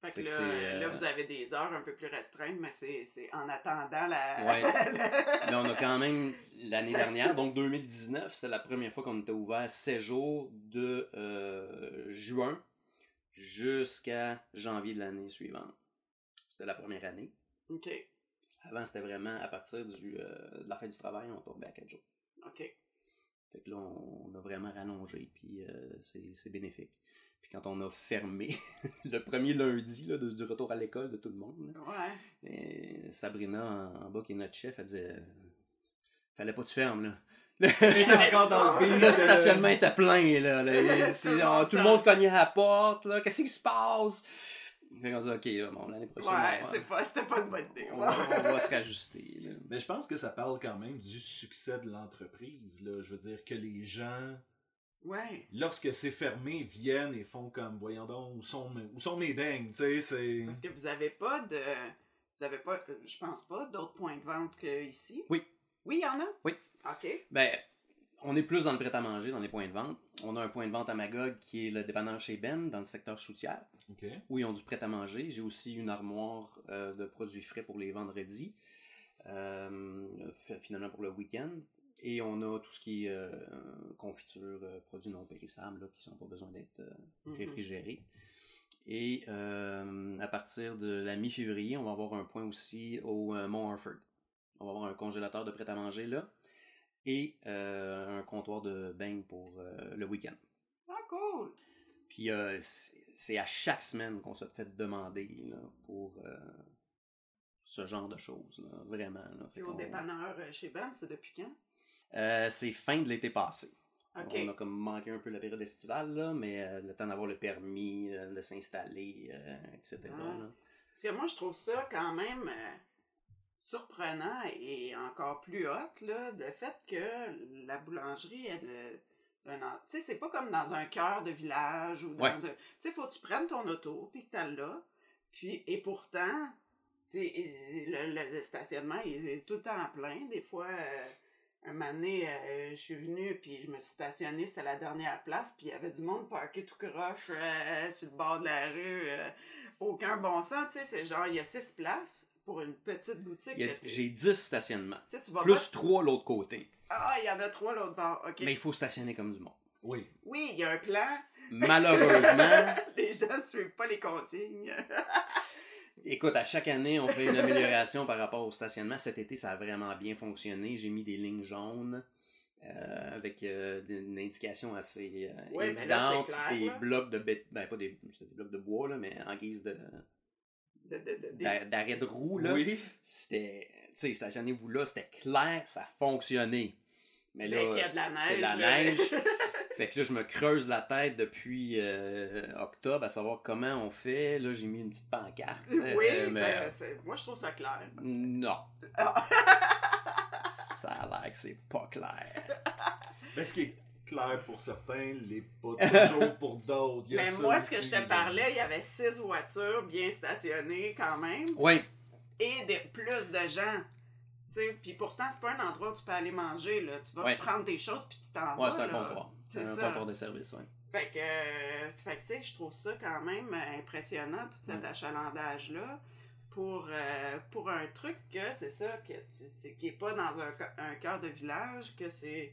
Speaker 4: Fait que
Speaker 3: Fait que
Speaker 4: là,
Speaker 3: c'est, euh,
Speaker 4: là, vous avez des heures un peu plus restreintes, mais c'est c'est en attendant la...
Speaker 3: Ouais.
Speaker 4: la-
Speaker 3: Mais on a quand même, l'année
Speaker 4: Ça-
Speaker 3: dernière, donc 2019, c'était la première fois qu'on était ouvert 16 jours de euh, juin jusqu'à janvier de l'année suivante. C'était la première année.
Speaker 4: OK.
Speaker 3: Avant, c'était vraiment à partir du, euh, de la fin du travail, on tombait à 4 jours.
Speaker 4: OK.
Speaker 3: Fait que là, on, on a vraiment rallongé, puis euh, c'est c'est bénéfique. Puis quand on a fermé le premier lundi là, de- du retour à l'école de tout le monde, là,
Speaker 4: Ouais.
Speaker 3: et Sabrina, en, en bas, qui est notre chef, elle dit euh, Fallait pas que tu fermes, là. le
Speaker 5: encore dans le pire.
Speaker 3: stationnement était plein, là. là. C'est-
Speaker 4: Tout le
Speaker 3: ah,
Speaker 4: monde
Speaker 3: tout le
Speaker 4: sort.
Speaker 3: monde cognait à la porte, là. Qu'est-ce qui se passe Fait qu'on dit Ok, là, bon, l'année prochaine,
Speaker 4: Ouais,
Speaker 3: on,
Speaker 4: c'est pas, c'était pas une bonne idée.
Speaker 3: on- on
Speaker 4: Ouais.
Speaker 3: va se rajuster. là.
Speaker 5: Mais je pense que ça parle quand même du succès de l'entreprise, là. Je veux dire que les gens,
Speaker 4: Ouais.
Speaker 5: lorsque c'est fermé, viennent et font comme, voyons donc, où sont, mes- où sont mes dingues, tu sais, c'est...
Speaker 4: Parce que vous avez pas de... Vous avez pas, euh, je pense pas, d'autres points de vente qu'ici?
Speaker 3: Oui.
Speaker 4: Oui, il y en a?
Speaker 3: Oui.
Speaker 4: OK.
Speaker 3: Ben, on est plus dans le prêt-à-manger, dans les points de vente. On a un point de vente à Magog qui est le dépanneur chez Ben, dans le secteur soutière.
Speaker 5: Ok.
Speaker 3: où ils ont du prêt-à-manger. J'ai aussi une armoire euh, de produits frais pour les vendredis, euh, f- finalement pour le week-end. Et on a tout ce qui est euh, confiture, euh, produits non périssables là, qui n'ont pas besoin d'être euh,
Speaker 4: Mhm.
Speaker 3: réfrigérés. Et euh, à partir de la mi-février, on va avoir un point aussi au euh, Mont Harford. On va avoir un congélateur de prêt-à-manger là et euh, un comptoir de bain pour euh, le week-end.
Speaker 4: Ah, cool!
Speaker 3: Puis euh, c'est c'est à chaque semaine qu'on se fait demander là, pour euh, ce genre de choses, là, vraiment. là. Fait
Speaker 4: Puis au
Speaker 3: qu'on-
Speaker 4: dépanneur euh, chez Ben, c'est depuis quand?
Speaker 3: Euh, c'est fin de l'été passé.
Speaker 4: OK.
Speaker 3: On a comme manqué un peu la période estivale, là, mais euh, le temps d'avoir le permis, euh, de s'installer, euh, etc.
Speaker 4: Ah.
Speaker 3: là.
Speaker 4: Parce que moi, je trouve ça quand même euh, surprenant et encore plus hot, là, le fait que la boulangerie euh, est de. d'un en- Tu sais, c'est pas comme dans un cœur de village ou dans
Speaker 3: Ouais.
Speaker 4: un. Tu sais, faut que tu prennes ton auto puis que t'ailles là. Puis, et pourtant, tu sais, et- et le, le stationnement il est tout le temps plein. Des fois, euh, un moment donné, euh, je suis venue puis je me suis stationnée, c'était la dernière place, puis il y avait du monde parqué tout croche euh, sur le bord de la rue. euh, aucun bon sens, tu sais, c'est genre, il y a six places pour une petite boutique.
Speaker 3: Il y a-
Speaker 4: que t'es-
Speaker 3: J'ai 10 stationnements,
Speaker 4: tu sais, tu vas
Speaker 3: plus
Speaker 4: pas-
Speaker 3: 3 l'autre côté.
Speaker 4: Ah, il y en a trois l'autre bord, ok.
Speaker 3: Mais il faut stationner comme du monde.
Speaker 5: Oui.
Speaker 4: Oui, il y a un plan,
Speaker 3: Malheureusement,
Speaker 4: les gens suivent pas les consignes.
Speaker 3: Écoute, à chaque année, on fait une amélioration par rapport au stationnement. Cet été, ça a vraiment bien fonctionné. J'ai mis des lignes jaunes euh, avec euh, d- une indication assez euh,
Speaker 4: Ouais, mais là, c'est
Speaker 3: évidente.
Speaker 4: clair,
Speaker 3: des
Speaker 4: là.
Speaker 3: blocs de bê- ben pas des, c'est des blocs de bois, là, mais en guise de-
Speaker 4: De- de- de- des-
Speaker 3: d'a- d'arrêt de roue. Là,
Speaker 5: Oui.
Speaker 3: C'était, tu sais, stationnez-vous là, c'était clair, ça fonctionnait. Mais ben là,
Speaker 4: Dès qu'il y a de la neige.
Speaker 3: c'est de la
Speaker 4: là.
Speaker 3: neige. fait que là, je me creuse la tête depuis euh, octobre à savoir comment on fait. Là, j'ai mis une petite pancarte. euh,
Speaker 4: oui,
Speaker 3: mais-
Speaker 4: ça- Ah. c'est- moi je trouve ça clair.
Speaker 3: non. ça a l'air que c'est pas clair.
Speaker 5: Mais ce qui est clair pour certains, les pas toujours pour d'autres. Il y a
Speaker 4: Mais
Speaker 5: ça
Speaker 4: moi, ce que
Speaker 5: aussi,
Speaker 4: je te
Speaker 5: là.
Speaker 4: parlais, il y avait six voitures bien stationnées quand même
Speaker 3: Oui,
Speaker 4: et des- plus de gens. sais, Puis pourtant, c'est pas un endroit où tu peux aller manger. Là. Tu vas
Speaker 3: Ouais.
Speaker 4: prendre tes choses puis tu t'en
Speaker 3: Ouais,
Speaker 4: vas.
Speaker 3: c'est un
Speaker 4: Ah, là.
Speaker 3: comptoir. C'est
Speaker 4: C'est
Speaker 3: un
Speaker 4: ça.
Speaker 3: comptoir de service, ouais.
Speaker 4: Fait que, euh, fait que, tu sais, je trouve ça quand même euh, impressionnant, tout cet achalandage-là, pour, euh, pour un truc que, c'est ça, que, c'est- qui est pas dans un, co- un cœur de village, que c'est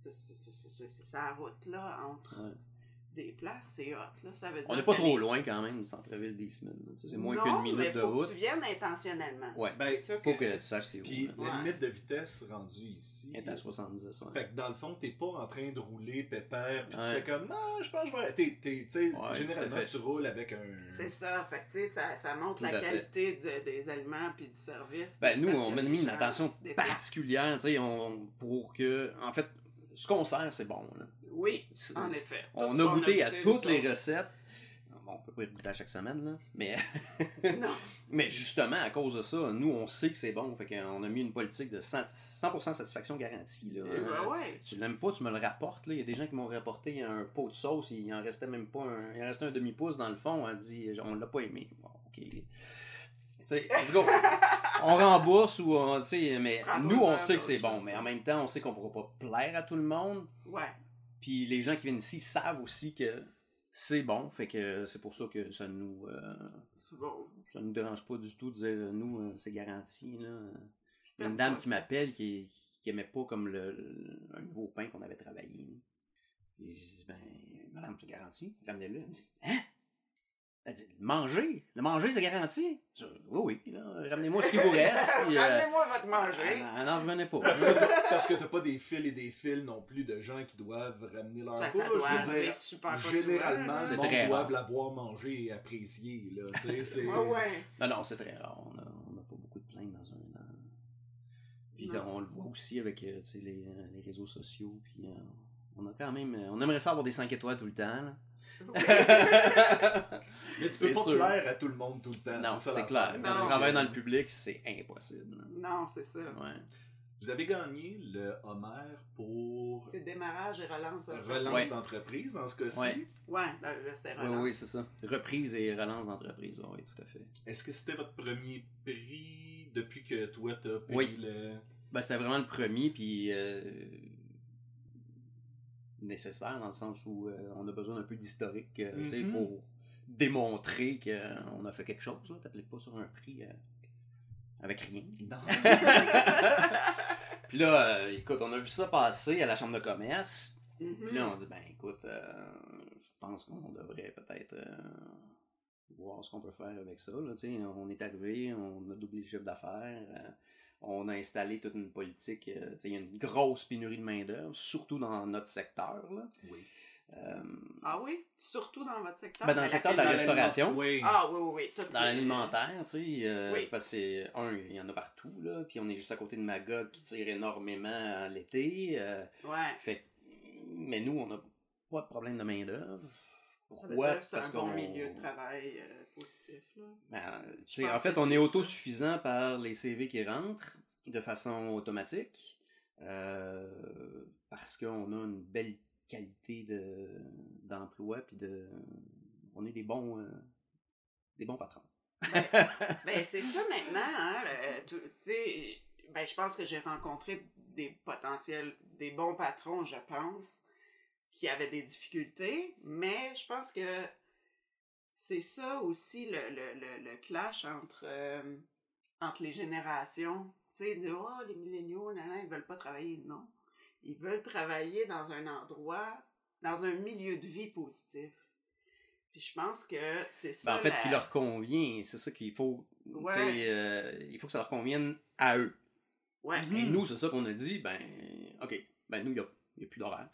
Speaker 4: c'est- c'est- c'est- c'est- c'est- c'est sa route-là, entre
Speaker 3: Ouais.
Speaker 4: des places, c'est hot, là, ça veut dire...
Speaker 3: On n'est pas
Speaker 4: que
Speaker 3: trop
Speaker 4: les-
Speaker 3: loin quand même du centre-ville d'Eastman. là. Tu sais, C'est moins
Speaker 4: Non,
Speaker 3: qu'une minute
Speaker 4: mais
Speaker 3: de
Speaker 4: faut
Speaker 3: route.
Speaker 4: Que tu viennes intentionnellement.
Speaker 3: Ouais,
Speaker 5: Ben,
Speaker 4: c'est ça
Speaker 3: faut
Speaker 4: que-
Speaker 3: que tu saches c'est où.
Speaker 5: Puis
Speaker 3: là.
Speaker 5: la limite de vitesse rendue ici.
Speaker 3: Elle est à 70, ouais.
Speaker 5: Fait que dans le fond, t'es pas en train de rouler pépère, puis
Speaker 3: Ouais.
Speaker 5: tu fais comme, ah, je pense que je vais. T'es, t'es, t'sais,
Speaker 3: Ouais, tout à
Speaker 5: généralement,
Speaker 3: fait.
Speaker 5: tu roules avec un.
Speaker 4: C'est ça, fait que, tu sais, ça, ça montre
Speaker 3: Tout à
Speaker 4: la
Speaker 3: fait.
Speaker 4: qualité de- des aliments puis du service.
Speaker 3: Ben,
Speaker 4: le
Speaker 3: nous,
Speaker 4: fait
Speaker 3: on
Speaker 4: que
Speaker 3: a
Speaker 4: les
Speaker 3: mis une
Speaker 4: gens
Speaker 3: attention
Speaker 4: se déplacent.
Speaker 3: particulière, tu sais, on- pour que. En fait, ce qu'on sert, c'est bon. là.
Speaker 4: Oui,
Speaker 3: C'est-
Speaker 4: en effet. Tout
Speaker 3: on
Speaker 4: ce
Speaker 3: a
Speaker 4: qu'on
Speaker 3: goûté à toutes
Speaker 4: nous
Speaker 3: les
Speaker 4: autres.
Speaker 3: recettes. Bon, on peut pas y goûter à chaque semaine, là. Mais,
Speaker 4: Non,
Speaker 3: mais justement, à cause de ça, nous, on sait que c'est bon. Fait qu'on a mis une politique de 100%, 100% satisfaction garantie, là.
Speaker 4: Eh ben ouais.
Speaker 3: Tu l'aimes pas, tu me le rapportes. là. Il y a des gens qui m'ont rapporté un pot de sauce, il en restait même pas un, il en restait un demi-pouce dans le fond. On dit, on l'a pas aimé. Bon, ok. Tu sais, let's go. on rembourse ou on, tu sais, mais
Speaker 4: Prends
Speaker 3: nous
Speaker 4: ton
Speaker 3: on
Speaker 4: heure,
Speaker 3: sait que
Speaker 4: toi,
Speaker 3: c'est
Speaker 4: tu
Speaker 3: bon,
Speaker 4: sais.
Speaker 3: mais en même temps on sait qu'on pourra pas plaire à tout le monde.
Speaker 4: Ouais.
Speaker 3: Puis les gens qui viennent ici savent aussi que c'est bon, fait que c'est pour ça que ça nous, euh,
Speaker 4: C'est bon.
Speaker 3: ça nous dérange pas du tout de dire euh, nous euh, c'est garanti là. Il y
Speaker 4: C'était
Speaker 3: a une dame
Speaker 4: pas
Speaker 3: qui
Speaker 4: Ah, ça.
Speaker 3: m'appelle qui, qui aimait pas comme le, le- un nouveau pain qu'on avait travaillé. Et je dis, ben, madame, c'est garanti, ramenez-le. Elle me dit, hein? Elle dit, manger, le manger, c'est garanti. Je dis, oui, oui, là, ramenez-moi ce qui vous reste. puis, euh,
Speaker 4: Ramenez-moi votre
Speaker 3: elle
Speaker 4: manger.
Speaker 3: elle n'en revenait pas.
Speaker 5: Parce que t'as- parce que t'as pas des fils et des fils non plus de gens qui doivent ramener leur
Speaker 4: Ça,
Speaker 5: peau,
Speaker 4: ça doit
Speaker 5: je veux
Speaker 4: arriver
Speaker 5: dire,
Speaker 4: super pas souvent,
Speaker 5: Généralement,
Speaker 3: C'est
Speaker 5: le
Speaker 4: là.
Speaker 5: monde
Speaker 3: très
Speaker 5: doit
Speaker 3: rare.
Speaker 5: l'avoir mangé et apprécié. Là, tu sais, c'est...
Speaker 4: Ouais, ouais.
Speaker 3: Non, non, c'est très rare. On a- On n'a pas beaucoup de plaintes dans un an. Puis
Speaker 4: Non.
Speaker 3: on le voit aussi avec euh, tu sais, les, euh, les réseaux sociaux. Puis euh, on a quand même. euh, On aimerait ça avoir des 5 étoiles tout le temps. là.
Speaker 5: Mais tu
Speaker 3: C'est
Speaker 5: peux pas
Speaker 3: sûr.
Speaker 5: plaire à tout le monde tout le temps.
Speaker 3: Non,
Speaker 5: Ah, ça
Speaker 3: c'est
Speaker 5: l'affaire.
Speaker 3: clair. Quand tu
Speaker 4: Non.
Speaker 3: travailles dans le public, c'est impossible.
Speaker 4: Non, c'est ça.
Speaker 3: Ouais.
Speaker 5: Vous avez gagné le Homer pour
Speaker 4: C'est démarrage et relance. d'entreprise.
Speaker 5: relance
Speaker 3: Ouais.
Speaker 5: d'entreprise dans ce cas-ci.
Speaker 3: Ouais.
Speaker 4: Ouais, le- le- c'était
Speaker 3: Oui,
Speaker 4: relance.
Speaker 3: oui, c'est ça. Reprise et relance d'entreprise, oui, tout à fait.
Speaker 5: Est-ce que c'était votre premier prix depuis que toi t'as pris
Speaker 3: Oui.
Speaker 5: le.
Speaker 3: Ben, c'était vraiment le premier, puis euh, nécessaire dans le sens où euh, on a besoin d'un peu d'historique euh, tu sais,
Speaker 5: Mhm.
Speaker 3: pour démontrer qu'on a fait quelque chose. là. T'appelais pas sur un prix euh, avec rien.
Speaker 5: Non.
Speaker 3: Puis là, euh, écoute, on a vu ça passer à la chambre de commerce.
Speaker 4: Mhm.
Speaker 3: Puis là, on dit, ben écoute, euh, je pense qu'on devrait peut-être euh, voir ce qu'on peut faire avec ça. Là, tu sais. on est arrivé, on a doublé le chiffre d'affaires, euh, on a installé toute une politique. euh, tu sais, il y a une grosse pénurie de main-d'œuvre, surtout dans notre secteur. Là.
Speaker 5: Oui.
Speaker 3: Euh,
Speaker 4: Ah oui? Surtout dans votre secteur?
Speaker 3: Ben, dans le
Speaker 4: Mais
Speaker 3: secteur de la
Speaker 4: qualité-
Speaker 3: restauration.
Speaker 5: Oui.
Speaker 4: Ah oui, oui, oui. tout
Speaker 3: dans
Speaker 4: les-
Speaker 3: l'alimentaire, tu sais, euh,
Speaker 4: Oui.
Speaker 3: parce que c'est- un, il y en a partout, là, puis on est juste à côté de Magog qui tire énormément à l'été. euh,
Speaker 4: Ouais.
Speaker 3: Fait que- mais nous, on n'a pas de problème de main-d'œuvre.
Speaker 4: Ça veut
Speaker 3: Pourquoi?
Speaker 4: dire que c'est un
Speaker 3: qu'on-
Speaker 4: bon milieu de travail euh, positif, là.
Speaker 3: Ben, tu
Speaker 4: Je
Speaker 3: sais,
Speaker 4: pense
Speaker 3: en fait,
Speaker 4: que
Speaker 3: on
Speaker 4: c'est
Speaker 3: est
Speaker 4: ça.
Speaker 3: autosuffisant par les CV qui rentrent de façon automatique euh, parce qu'on a une belle qualité de d'emploi puis de on est des bons euh, des bons patrons.
Speaker 4: Ben, c'est ça maintenant, hein, le- tu tu sais, ben, je pense que j'ai rencontré des potentiels, des bons patrons, je pense, qui avaient des difficultés, mais je pense que c'est ça aussi le, le, le, le clash entre, euh, entre les générations. Tu sais, de « Oh, les milléniaux, là, là, ils veulent pas travailler. » Non. Ils veulent travailler dans un endroit, dans un milieu de vie positif. Puis je pense que c'est ça.
Speaker 3: Ben, en fait,
Speaker 4: la-
Speaker 3: qui leur convient, c'est ça qu'il faut. tu sais,
Speaker 4: Ouais.
Speaker 3: euh, il faut que ça leur convienne à eux.
Speaker 4: Ouais. Mm.
Speaker 3: Et nous, c'est ça qu'on a dit, ben, ok, ben nous, il n'y a, y a plus d'horaire.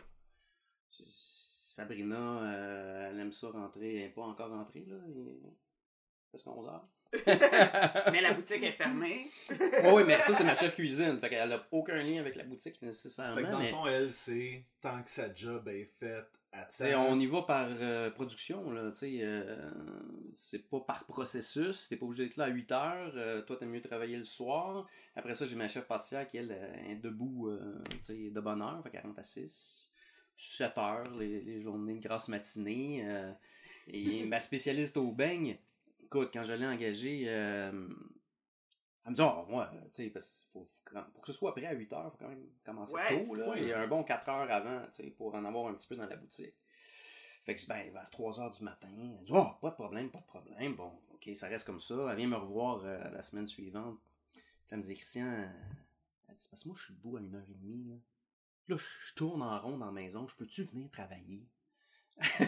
Speaker 3: C'est- Sabrina, euh, elle aime ça rentrer, elle n'est pas encore rentrée, là. et- Parce qu'on 11 heures.
Speaker 4: Mais la boutique est fermée.
Speaker 3: Ouais, oui, mais ça, c'est ma chef cuisine. Fait qu'elle n'a aucun lien avec la boutique nécessairement.
Speaker 5: Fait que dans
Speaker 3: mais,
Speaker 5: le fond, elle, c'est tant que sa job est faite à
Speaker 3: tu sais,
Speaker 5: temps,
Speaker 3: on y va par euh, production, là. tu sais, euh, c'est pas par processus. T'es pas obligé d'être là à 8 heures. euh, toi, t'aimes mieux travailler le soir. Après ça, j'ai ma chef pâtissière qui, elle, euh, est debout euh, tu sais, de bonne heure. Fait qu'elle rentre à 6. 7 heures, les, les journées grasses matinées. euh, et ma spécialiste au beigne, écoute, quand je l'ai engagée, euh, Elle me dit, Ah, moi, tu sais, parce qu'il faut, faut quand- pour que ce soit prêt à 8 heures, il faut quand même commencer
Speaker 4: Ouais,
Speaker 3: tôt,
Speaker 4: c'est
Speaker 3: là.
Speaker 4: ça.
Speaker 3: Il y a un bon 4 heures avant, tu sais, pour en avoir un petit peu dans la boutique. Fait que, je dis, ben, vers 3 heures du matin, elle dit, oh, pas de problème, pas de problème. Bon, ok, ça reste comme ça. Elle vient me revoir euh, la semaine suivante. Puis Elle me dit, Christian, euh, elle dit, C'est parce que moi, je suis debout à 1h30, là. Là, je je tourne en rond dans la maison. Je peux-tu venir travailler?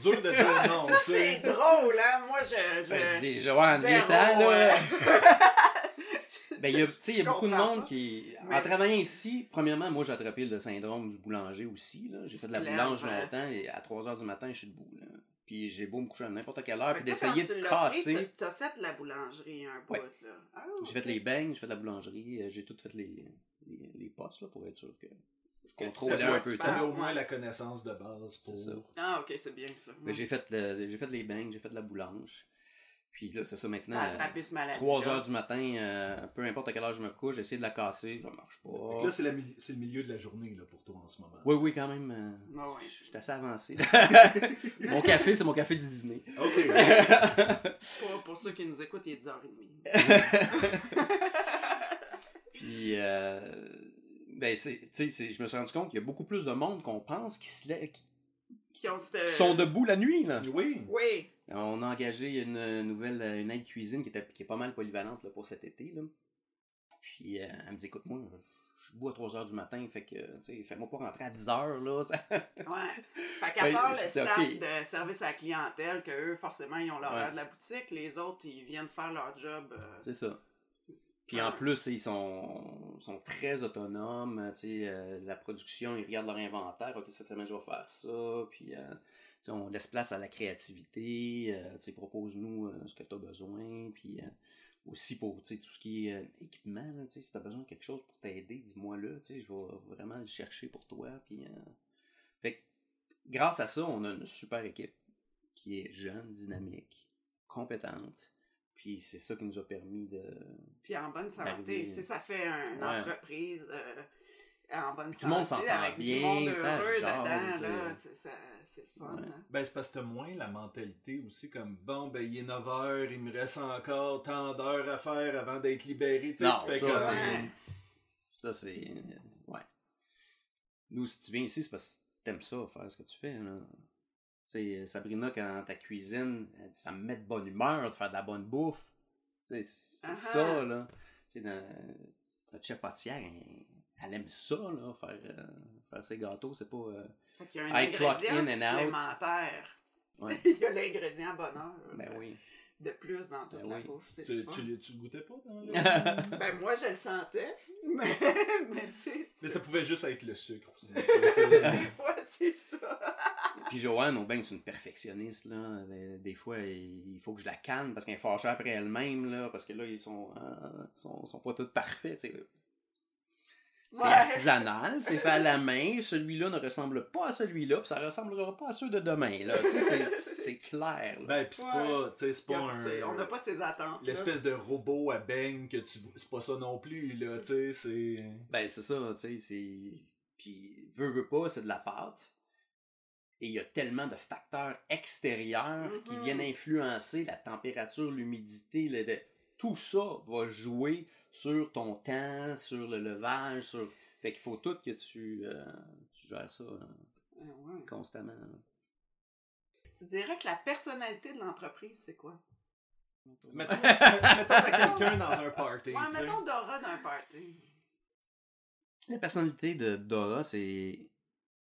Speaker 5: Dur de dire non,
Speaker 4: ça,
Speaker 5: tu sais.
Speaker 4: c'est drôle, hein? Moi, je. je...
Speaker 3: Ben, je dis, je vais en
Speaker 4: Zéro,
Speaker 3: étant, là. Ben, il y a,
Speaker 4: Je-
Speaker 3: tu sais, il y a beaucoup de
Speaker 4: comprends
Speaker 3: monde
Speaker 4: pas.
Speaker 3: qui. En
Speaker 4: Mais-
Speaker 3: travaillant ici, premièrement, moi, j'ai attrapé le syndrome du boulanger aussi. là. J'ai fait de la
Speaker 4: Tu te lèves,
Speaker 3: boulange
Speaker 4: hein.
Speaker 3: longtemps et à 3 h du matin, je suis debout. là. Puis j'ai beau me coucher à n'importe quelle
Speaker 4: Fait
Speaker 3: heure,
Speaker 4: que
Speaker 3: ah, puis
Speaker 4: toi,
Speaker 3: d'essayer
Speaker 4: quand tu
Speaker 3: de
Speaker 4: l'as pris,
Speaker 3: casser.
Speaker 4: t'as- T'as fait de la boulangerie un bout,
Speaker 3: Ouais.
Speaker 4: là. Ah,
Speaker 3: J'ai fait
Speaker 4: ok.
Speaker 3: les beignes, j'ai fait de la boulangerie, euh, j'ai tout fait les, les, les postes là, pour être sûr que je
Speaker 5: Tu
Speaker 3: contrôlais
Speaker 5: savais-
Speaker 3: un peu
Speaker 5: tu
Speaker 3: tout.
Speaker 5: avais au
Speaker 4: Ouais.
Speaker 5: moins la connaissance de base
Speaker 3: C'est ça.
Speaker 5: pour.
Speaker 4: Ah, ok, c'est bien ça.
Speaker 3: Mais Ben, J'ai fait, le- j'ai fait les beignes, j'ai fait de la boulange. Puis là, c'est ça maintenant.
Speaker 4: T'as
Speaker 3: euh,
Speaker 4: attrapé ce maladie.
Speaker 3: 3 heures du matin, euh, peu importe à quelle heure je me couche, j'essaie de la casser, ça marche pas.
Speaker 5: Fait que Là, c'est la mi- c'est le milieu de la journée là, pour toi en ce moment.
Speaker 3: Oui, oui, quand même. euh,
Speaker 4: Ouais, ouais.
Speaker 3: Je suis assez avancé. mon café, c'est mon café du dîner.
Speaker 5: OK.
Speaker 4: Pour, pour ceux qui nous écoutent, il est 10h30.
Speaker 3: Puis, euh, ben, c'est- tu sais, c'est- je me suis rendu compte qu'il y a beaucoup plus de monde qu'on pense qui, se lè- qui-
Speaker 4: qui ont
Speaker 5: Euh.
Speaker 4: cette...
Speaker 3: qui sont debout la nuit, là.
Speaker 5: oui.
Speaker 4: Oui.
Speaker 3: On a engagé une nouvelle euh, une aide cuisine qui, était- qui est pas mal polyvalente là, pour cet été. Là. Puis euh, elle me dit écoute, moi, je suis bois à 3 h du matin, fait que tu sais, fais-moi pas rentrer à 10 h là.
Speaker 4: Ouais. Fait qu'à
Speaker 3: Ben,
Speaker 4: part le
Speaker 3: je dis,
Speaker 4: staff
Speaker 3: ok.
Speaker 4: de service à la clientèle, que eux, forcément, ils ont l'horaire
Speaker 3: Ouais.
Speaker 4: de la boutique, les autres, ils viennent faire leur job. euh,
Speaker 3: C'est ça. Puis en plus, ils sont, sont très autonomes. Tu sais, euh, la production, ils regardent leur inventaire. OK, cette semaine, je vais faire ça. Puis euh, tu sais, on laisse place à la créativité. Euh, tu sais, propose-nous euh, ce que tu as besoin. Puis euh, aussi pour tu sais, tout ce qui est euh, équipement. là, tu sais, si tu as besoin de quelque chose pour t'aider, dis-moi-le. tu sais, Je vais vraiment le chercher pour toi. Puis, euh, fait que grâce à ça, on a une super équipe qui est jeune, dynamique, compétente. Puis c'est ça qui nous a permis de.
Speaker 4: puis en bonne santé.
Speaker 3: D'arriver.
Speaker 4: Tu sais, ça fait une
Speaker 3: Ouais.
Speaker 4: entreprise euh, en bonne
Speaker 3: Tout le monde
Speaker 4: santé,
Speaker 3: s'entend
Speaker 4: avec
Speaker 3: bien,
Speaker 4: du monde
Speaker 3: ça
Speaker 4: heureux
Speaker 3: jase,
Speaker 4: dedans.
Speaker 3: euh.
Speaker 4: là. C'est ça- c'est le fun.
Speaker 3: Ouais.
Speaker 4: hein.
Speaker 5: Ben, c'est parce que t'as moins la mentalité aussi, comme bon, ben, il est 9h, il me reste encore tant d'heures à faire avant d'être libéré. Tu sais, tu fais comme. Ah, hein.
Speaker 3: ça
Speaker 4: Ouais.
Speaker 3: c'est. Ça c'est. Ouais. Nous, si tu viens ici, c'est parce que t'aimes ça, faire ce que tu fais. Là. Tu sais, euh, Sabrina, quand ta cuisine, elle dit, ça me met de bonne humeur de faire de la bonne bouffe. Tu sais, c'est
Speaker 4: Ah ah.
Speaker 3: ça, là. Tu sais, dans- notre chef pâtissière, elle, elle aime ça, là, faire, euh, faire ses gâteaux. C'est pas. euh,
Speaker 4: Fait qu'il y a un
Speaker 3: I clock
Speaker 4: ingrédient
Speaker 3: in and out.
Speaker 4: supplémentaire.
Speaker 3: Ouais.
Speaker 4: Il y a l'ingrédient bonheur
Speaker 3: Ben
Speaker 4: euh,
Speaker 3: oui.
Speaker 4: de plus dans toute
Speaker 3: Ben
Speaker 4: la
Speaker 3: oui.
Speaker 4: bouffe. C'est le
Speaker 5: Tu,
Speaker 4: fun.
Speaker 5: tu, le- tu le goûtais pas dans le-
Speaker 4: Ben moi, je le sentais, mais, mais tu sais, tu-
Speaker 5: Mais ça pouvait juste être le sucre aussi.
Speaker 4: des fois, c'est ça.
Speaker 3: Puis Joanne, au bain, c'est une perfectionniste, là. Des, des fois, il il faut que je la calme parce qu'elle est fâchée après elle-même, là. Parce que là, ils sont, euh, sont, sont pas tous parfaits, tu sais. C'est
Speaker 4: Ouais.
Speaker 3: artisanal, c'est fait à la main. Celui-là ne ressemble pas à celui-là, puis ça ressemblera pas à ceux de demain, là. Tu sais, c'est- c'est clair, là.
Speaker 5: ben, pis c'est pas, tu sais, c'est pas
Speaker 4: C'est- On n'a
Speaker 5: un.
Speaker 4: pas ces attentes. là.
Speaker 5: L'espèce de robot à beigne que tu. C'est pas ça non plus, là, tu sais, c'est.
Speaker 3: Ben, c'est ça, tu sais, c'est... Puis, veut, veut pas, c'est de la pâte. Et il y a tellement de facteurs extérieurs qui
Speaker 4: Mhm.
Speaker 3: viennent influencer la température, l'humidité, le... le- tout ça va jouer sur ton temps, sur le levage, sur... Fait qu'il faut tout que tu, euh, tu gères ça euh,
Speaker 4: Ah ouais.
Speaker 3: constamment. là.
Speaker 4: Tu dirais que la personnalité de l'entreprise, c'est quoi?
Speaker 5: Mettons, mettons à quelqu'un dans un party.
Speaker 4: Ouais,
Speaker 5: tu sais.
Speaker 4: mettons Dora d'un party.
Speaker 3: La personnalité de Dora, c'est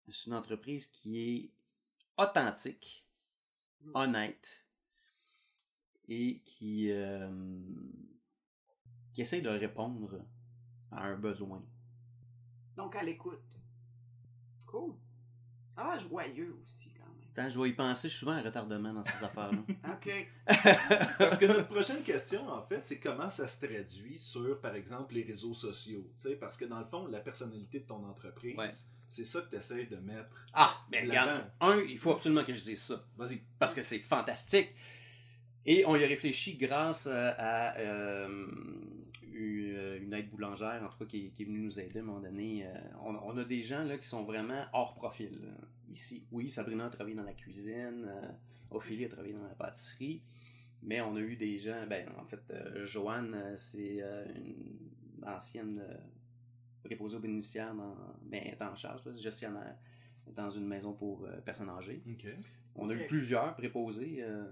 Speaker 3: c'est une entreprise qui est authentique, Hmm.
Speaker 4: Mm.
Speaker 3: honnête et qui, euh, qui essaie de répondre à un besoin.
Speaker 4: Donc, à l'écoute. Cool. Ça a l'air joyeux aussi, quand même.
Speaker 3: Attends, je vais y penser, je suis souvent en retardement dans ces affaires-là.
Speaker 4: OK.
Speaker 5: Parce que notre prochaine question, en fait, c'est comment ça se traduit sur, par exemple, les réseaux sociaux. tu sais, Parce que dans le fond, la personnalité de ton entreprise,
Speaker 3: Ouais.
Speaker 5: c'est ça que tu essaies de mettre.
Speaker 3: Ah, mais
Speaker 5: Là-dedans.
Speaker 3: regarde, un, il faut absolument que je dise ça.
Speaker 5: Vas-y.
Speaker 3: parce que c'est fantastique. Et on y a réfléchi grâce euh, à, euh, une euh, une aide boulangère, en tout cas, qui, qui est venue nous aider à un moment donné. Euh, on, on a des gens là, qui sont vraiment hors profil là, ici. Oui, Sabrina a travaillé dans la cuisine, euh, Ophélie a travaillé dans la pâtisserie, Mais on a eu des gens, ben, en fait, euh, Joanne, euh, c'est euh, une ancienne euh, préposée aux bénéficiaires, dans, ben, elle est en charge, là, gestionnaire dans une maison pour euh, personnes âgées.
Speaker 5: OK.
Speaker 3: On a eu
Speaker 4: Ok.
Speaker 3: plusieurs préposés euh,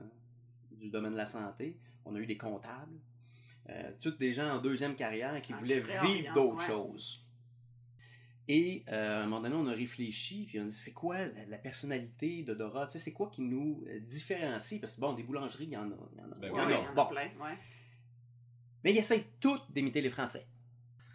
Speaker 3: du domaine de la santé. On a eu des comptables. Euh, toutes des gens en deuxième carrière qui
Speaker 4: Ah, qui
Speaker 3: voulaient
Speaker 4: se
Speaker 3: vivre
Speaker 4: réorientent,
Speaker 3: d'autres
Speaker 4: ouais.
Speaker 3: choses. Et euh, à un moment donné, on a réfléchi, puis on a dit, c'est quoi la, la personnalité de Dora? Tu sais, c'est quoi qui nous euh, différencie? Parce que bon, des boulangeries, il y en a. Il y en a,
Speaker 5: Ben
Speaker 3: il y
Speaker 5: oui,
Speaker 3: en
Speaker 4: Ouais,
Speaker 3: a.
Speaker 4: il y en a
Speaker 3: Bon.
Speaker 4: plein, ouais.
Speaker 3: Mais ils essayent toutes d'imiter les Français.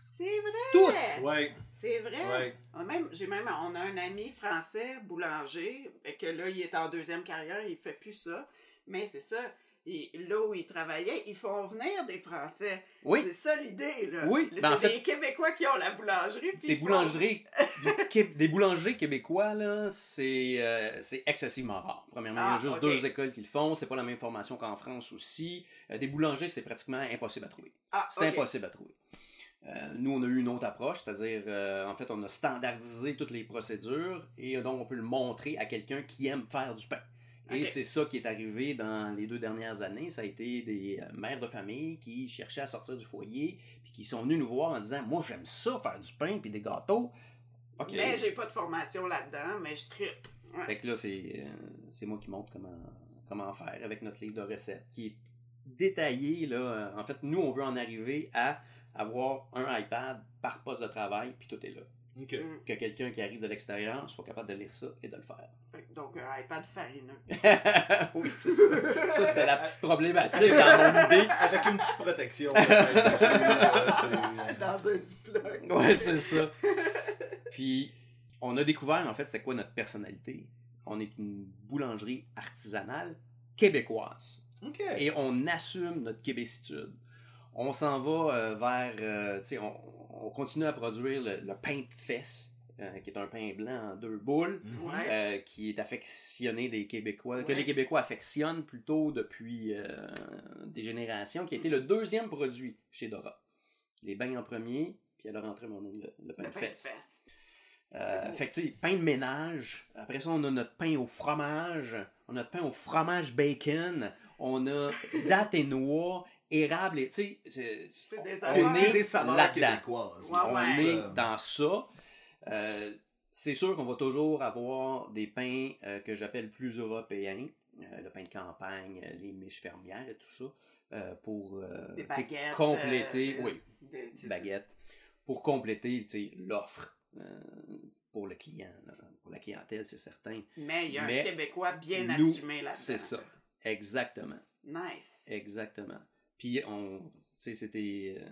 Speaker 4: C'est vrai!
Speaker 3: Toutes!
Speaker 5: Ouais,
Speaker 4: C'est vrai!
Speaker 5: ouais.
Speaker 4: On a même, j'ai même, on a un ami français, boulanger, et que là, il est en deuxième carrière, il fait plus ça. Mais c'est ça, il- là où il travaillait, ils font venir des Français.
Speaker 3: Oui,
Speaker 4: C'est ça l'idée, là.
Speaker 3: Oui,
Speaker 4: C'est
Speaker 3: ben, en
Speaker 4: les Québécois qui ont la boulangerie. Puis
Speaker 3: des
Speaker 4: ils font-
Speaker 3: boulangeries, du Qué- des boulangers québécois, là, c'est euh, c'est excessivement rare. Premièrement, il y a
Speaker 4: Ah,
Speaker 3: juste
Speaker 4: ok.
Speaker 3: deux écoles qui le font. C'est pas la même formation qu'en France aussi. Euh, des boulangers, c'est pratiquement impossible à trouver.
Speaker 4: Ah,
Speaker 3: C'est
Speaker 4: ok.
Speaker 3: impossible à trouver. Euh, nous, on a eu une autre approche, c'est-à-dire, euh, en fait, on a standardisé toutes les procédures et euh, donc on peut le montrer à quelqu'un qui aime faire du pain. Et
Speaker 4: Ok.
Speaker 3: c'est ça qui est arrivé dans les deux dernières années. Ça a été des euh, mères de famille qui cherchaient à sortir du foyer puis qui sont venus nous voir en disant Moi, j'aime ça, faire du pain puis des gâteaux. OK.
Speaker 4: Mais j'ai pas de formation là-dedans, mais je tripe.
Speaker 3: Fait que là, c'est euh, c'est moi qui montre comment, comment faire avec notre livre de recettes qui est détaillé. Là. Euh, En fait, nous, on veut en arriver à avoir un iPad par poste de travail, puis tout est là.
Speaker 5: OK.
Speaker 3: Que quelqu'un qui arrive de l'extérieur soit capable de lire ça et de le
Speaker 4: Fait que donc, un iPad farineux.
Speaker 3: faire. oui, c'est ça. Ça, c'était la petite problématique dans mon idée.
Speaker 5: Avec une petite protection. peut-être, parce que, euh, c'est-
Speaker 4: Dans un ziploc.
Speaker 3: Ouais, c'est ça. Puis, on a découvert, en fait, c'est quoi notre personnalité. On est une boulangerie artisanale québécoise.
Speaker 5: OK.
Speaker 3: et on assume notre québécitude. On s'en va euh, vers, euh, tu sais, on, on continue à produire le, le pain de fesse, euh, qui est un pain blanc en deux boules,
Speaker 5: Mhm.
Speaker 4: Ouais.
Speaker 3: euh, qui est affectionné des Québécois, que
Speaker 4: Ouais.
Speaker 3: les Québécois affectionnent plutôt depuis euh, des générations, qui a été le deuxième produit chez Dora. Les bains en premier, puis à leur entrée, on a le, le pain
Speaker 4: Le
Speaker 3: de
Speaker 4: pain de
Speaker 3: fesse.
Speaker 4: fesse.
Speaker 3: Euh,
Speaker 4: C'est beau.
Speaker 3: fait que, tu sais, pain de ménage. Après ça, on a notre pain au fromage. On a notre pain au fromage bacon. On a dattes et noix, érable et, tu sais, c'est-
Speaker 4: C'est des
Speaker 5: On
Speaker 4: On
Speaker 5: est
Speaker 4: est
Speaker 5: des saveurs
Speaker 3: là-dedans.
Speaker 5: québécoises.
Speaker 4: Ouais,
Speaker 5: là,
Speaker 3: On
Speaker 5: c'est
Speaker 3: est
Speaker 5: ça.
Speaker 3: dans ça. Euh, c'est sûr qu'on va toujours avoir des pains euh, que j'appelle plus européens. Euh, le pain de campagne, euh, les miches fermières et tout ça. euh, pour euh,
Speaker 4: Des
Speaker 3: tu sais,
Speaker 4: baguettes,
Speaker 3: compléter.
Speaker 4: euh,
Speaker 3: oui
Speaker 4: Des- tu-
Speaker 3: petite baguette pour compléter tu sais, l'offre euh, pour le client, là, pour la clientèle, c'est certain.
Speaker 4: Mais il y a
Speaker 3: Mais
Speaker 4: un Québécois bien
Speaker 3: nous,
Speaker 4: assumé là-dedans.
Speaker 3: C'est ça. Exactement.
Speaker 4: Nice.
Speaker 3: Exactement. Puis, on, tu sais, c'est des, euh,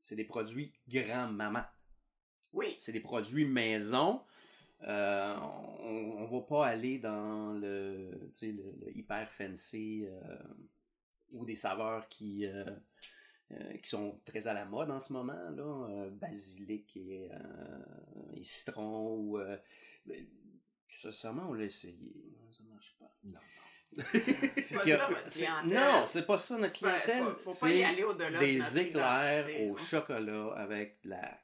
Speaker 3: c'est des produits grand-maman.
Speaker 4: Oui.
Speaker 3: C'est des produits maison. Euh, on, on va pas aller dans le, tu sais, le, le hyper fancy euh, ou des saveurs qui, euh, euh, qui sont très à la mode en ce moment, là, euh, basilic et, euh, et citron. Ou, euh, ben, ça, sûrement, on l'a essayé. Ça marche pas.
Speaker 4: C'est pas
Speaker 3: Que-
Speaker 4: ça, votre
Speaker 3: c'est-
Speaker 4: clientèle.
Speaker 3: non, c'est pas ça notre
Speaker 4: Faut-
Speaker 3: clientèle.
Speaker 4: faut- faut pas y
Speaker 3: c'est-
Speaker 4: aller au-delà de notre
Speaker 3: des éclairs
Speaker 4: identité,
Speaker 3: au
Speaker 4: là.
Speaker 3: chocolat avec de la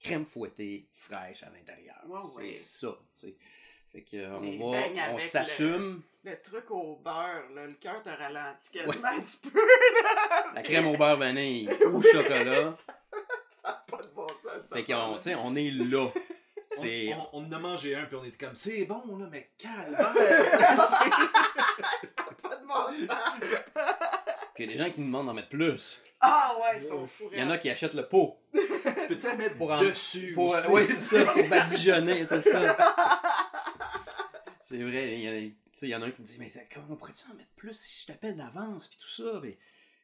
Speaker 3: crème fouettée fraîche à l'intérieur.
Speaker 4: Ouais,
Speaker 3: c'est
Speaker 4: ouais.
Speaker 3: ça, tu sais. Fait que euh,
Speaker 4: Les
Speaker 3: on
Speaker 4: beignes
Speaker 3: va, on
Speaker 4: avec
Speaker 3: s'assume.
Speaker 4: Le truc au beurre, là, le cœur te ralentit quasiment un petit peu.
Speaker 3: La crème au beurre vanille ou
Speaker 4: Oui,
Speaker 3: chocolat.
Speaker 4: ça ça a pas de bon sens. cette
Speaker 3: Fait qu'on,
Speaker 4: affaire-là.
Speaker 3: tu sais, on est là. C'est,
Speaker 5: On, on, on en a mangé un, puis on était comme, c'est bon, là, mais calvaire! C'est-
Speaker 4: Ça a pas de bon sens.
Speaker 3: puis il y a des gens qui nous demandent d'en mettre plus.
Speaker 4: Ah ouais, ils sont fous.
Speaker 3: Il y en a qui achètent le pot
Speaker 5: tu peux-tu en mettre
Speaker 3: Pour en-
Speaker 5: dessus?
Speaker 3: pour,
Speaker 5: aussi?
Speaker 3: ouais, c'est ça, pour badigeonner, c'est ça. C'est vrai, il y, en a- tu sais, il y en a un qui me dit mais comment pourrais-tu en mettre plus si je t'appelle d'avance puis tout ça, mais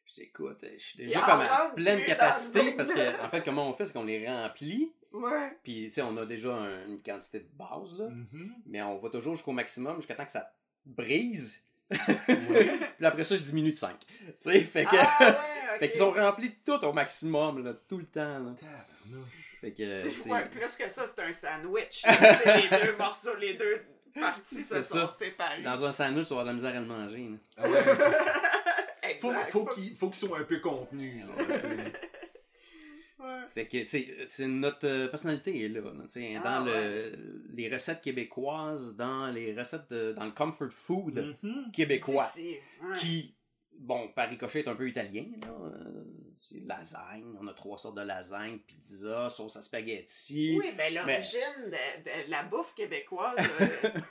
Speaker 3: je dis écoute, je suis
Speaker 4: Tu
Speaker 3: déjà
Speaker 4: en
Speaker 3: comme à
Speaker 4: rentres
Speaker 3: pleine
Speaker 4: plus dans le
Speaker 3: capacité
Speaker 4: monde.
Speaker 3: parce que en fait comment on fait c'est qu'on les remplit
Speaker 4: Ouais.
Speaker 3: puis tu sais on a déjà un- une quantité de base là,
Speaker 5: Mhm.
Speaker 3: mais on va toujours jusqu'au maximum jusqu'à temps que ça brise. puis après ça je diminue de 5. Tu sais, fait que
Speaker 4: Ah ouais, ok.
Speaker 3: fait qu'ils ont rempli tout au maximum là, tout le temps là.
Speaker 5: Tabarnouche.
Speaker 3: Fait que c'est
Speaker 4: Ouais, plus que ça, c'est un sandwich. c'est les deux morceaux, les deux parties se
Speaker 3: C'est ça.
Speaker 4: sont séparées.
Speaker 3: Dans un sandwich, tu vas avoir de la misère à le manger. là.
Speaker 5: Ah ouais, c'est ça.
Speaker 4: Exact.
Speaker 5: Faut, faut qu'ils faut qu'ils soient un peu contenus. là. C'est-
Speaker 4: Ouais.
Speaker 3: Fait que c'est c'est notre euh, personnalité est là. là, tu sais,
Speaker 4: Ah,
Speaker 3: dans le, les recettes québécoises, dans les recettes de- dans le comfort food
Speaker 5: Mhm.
Speaker 3: québécois.
Speaker 4: D'ici, ouais.
Speaker 3: Qui bon, par ricochet est un peu italien, là. Euh, C'est lasagne, on a trois sortes de lasagne, pizza, sauce à spaghetti.
Speaker 4: Oui, mais l'origine de, de la bouffe québécoise euh,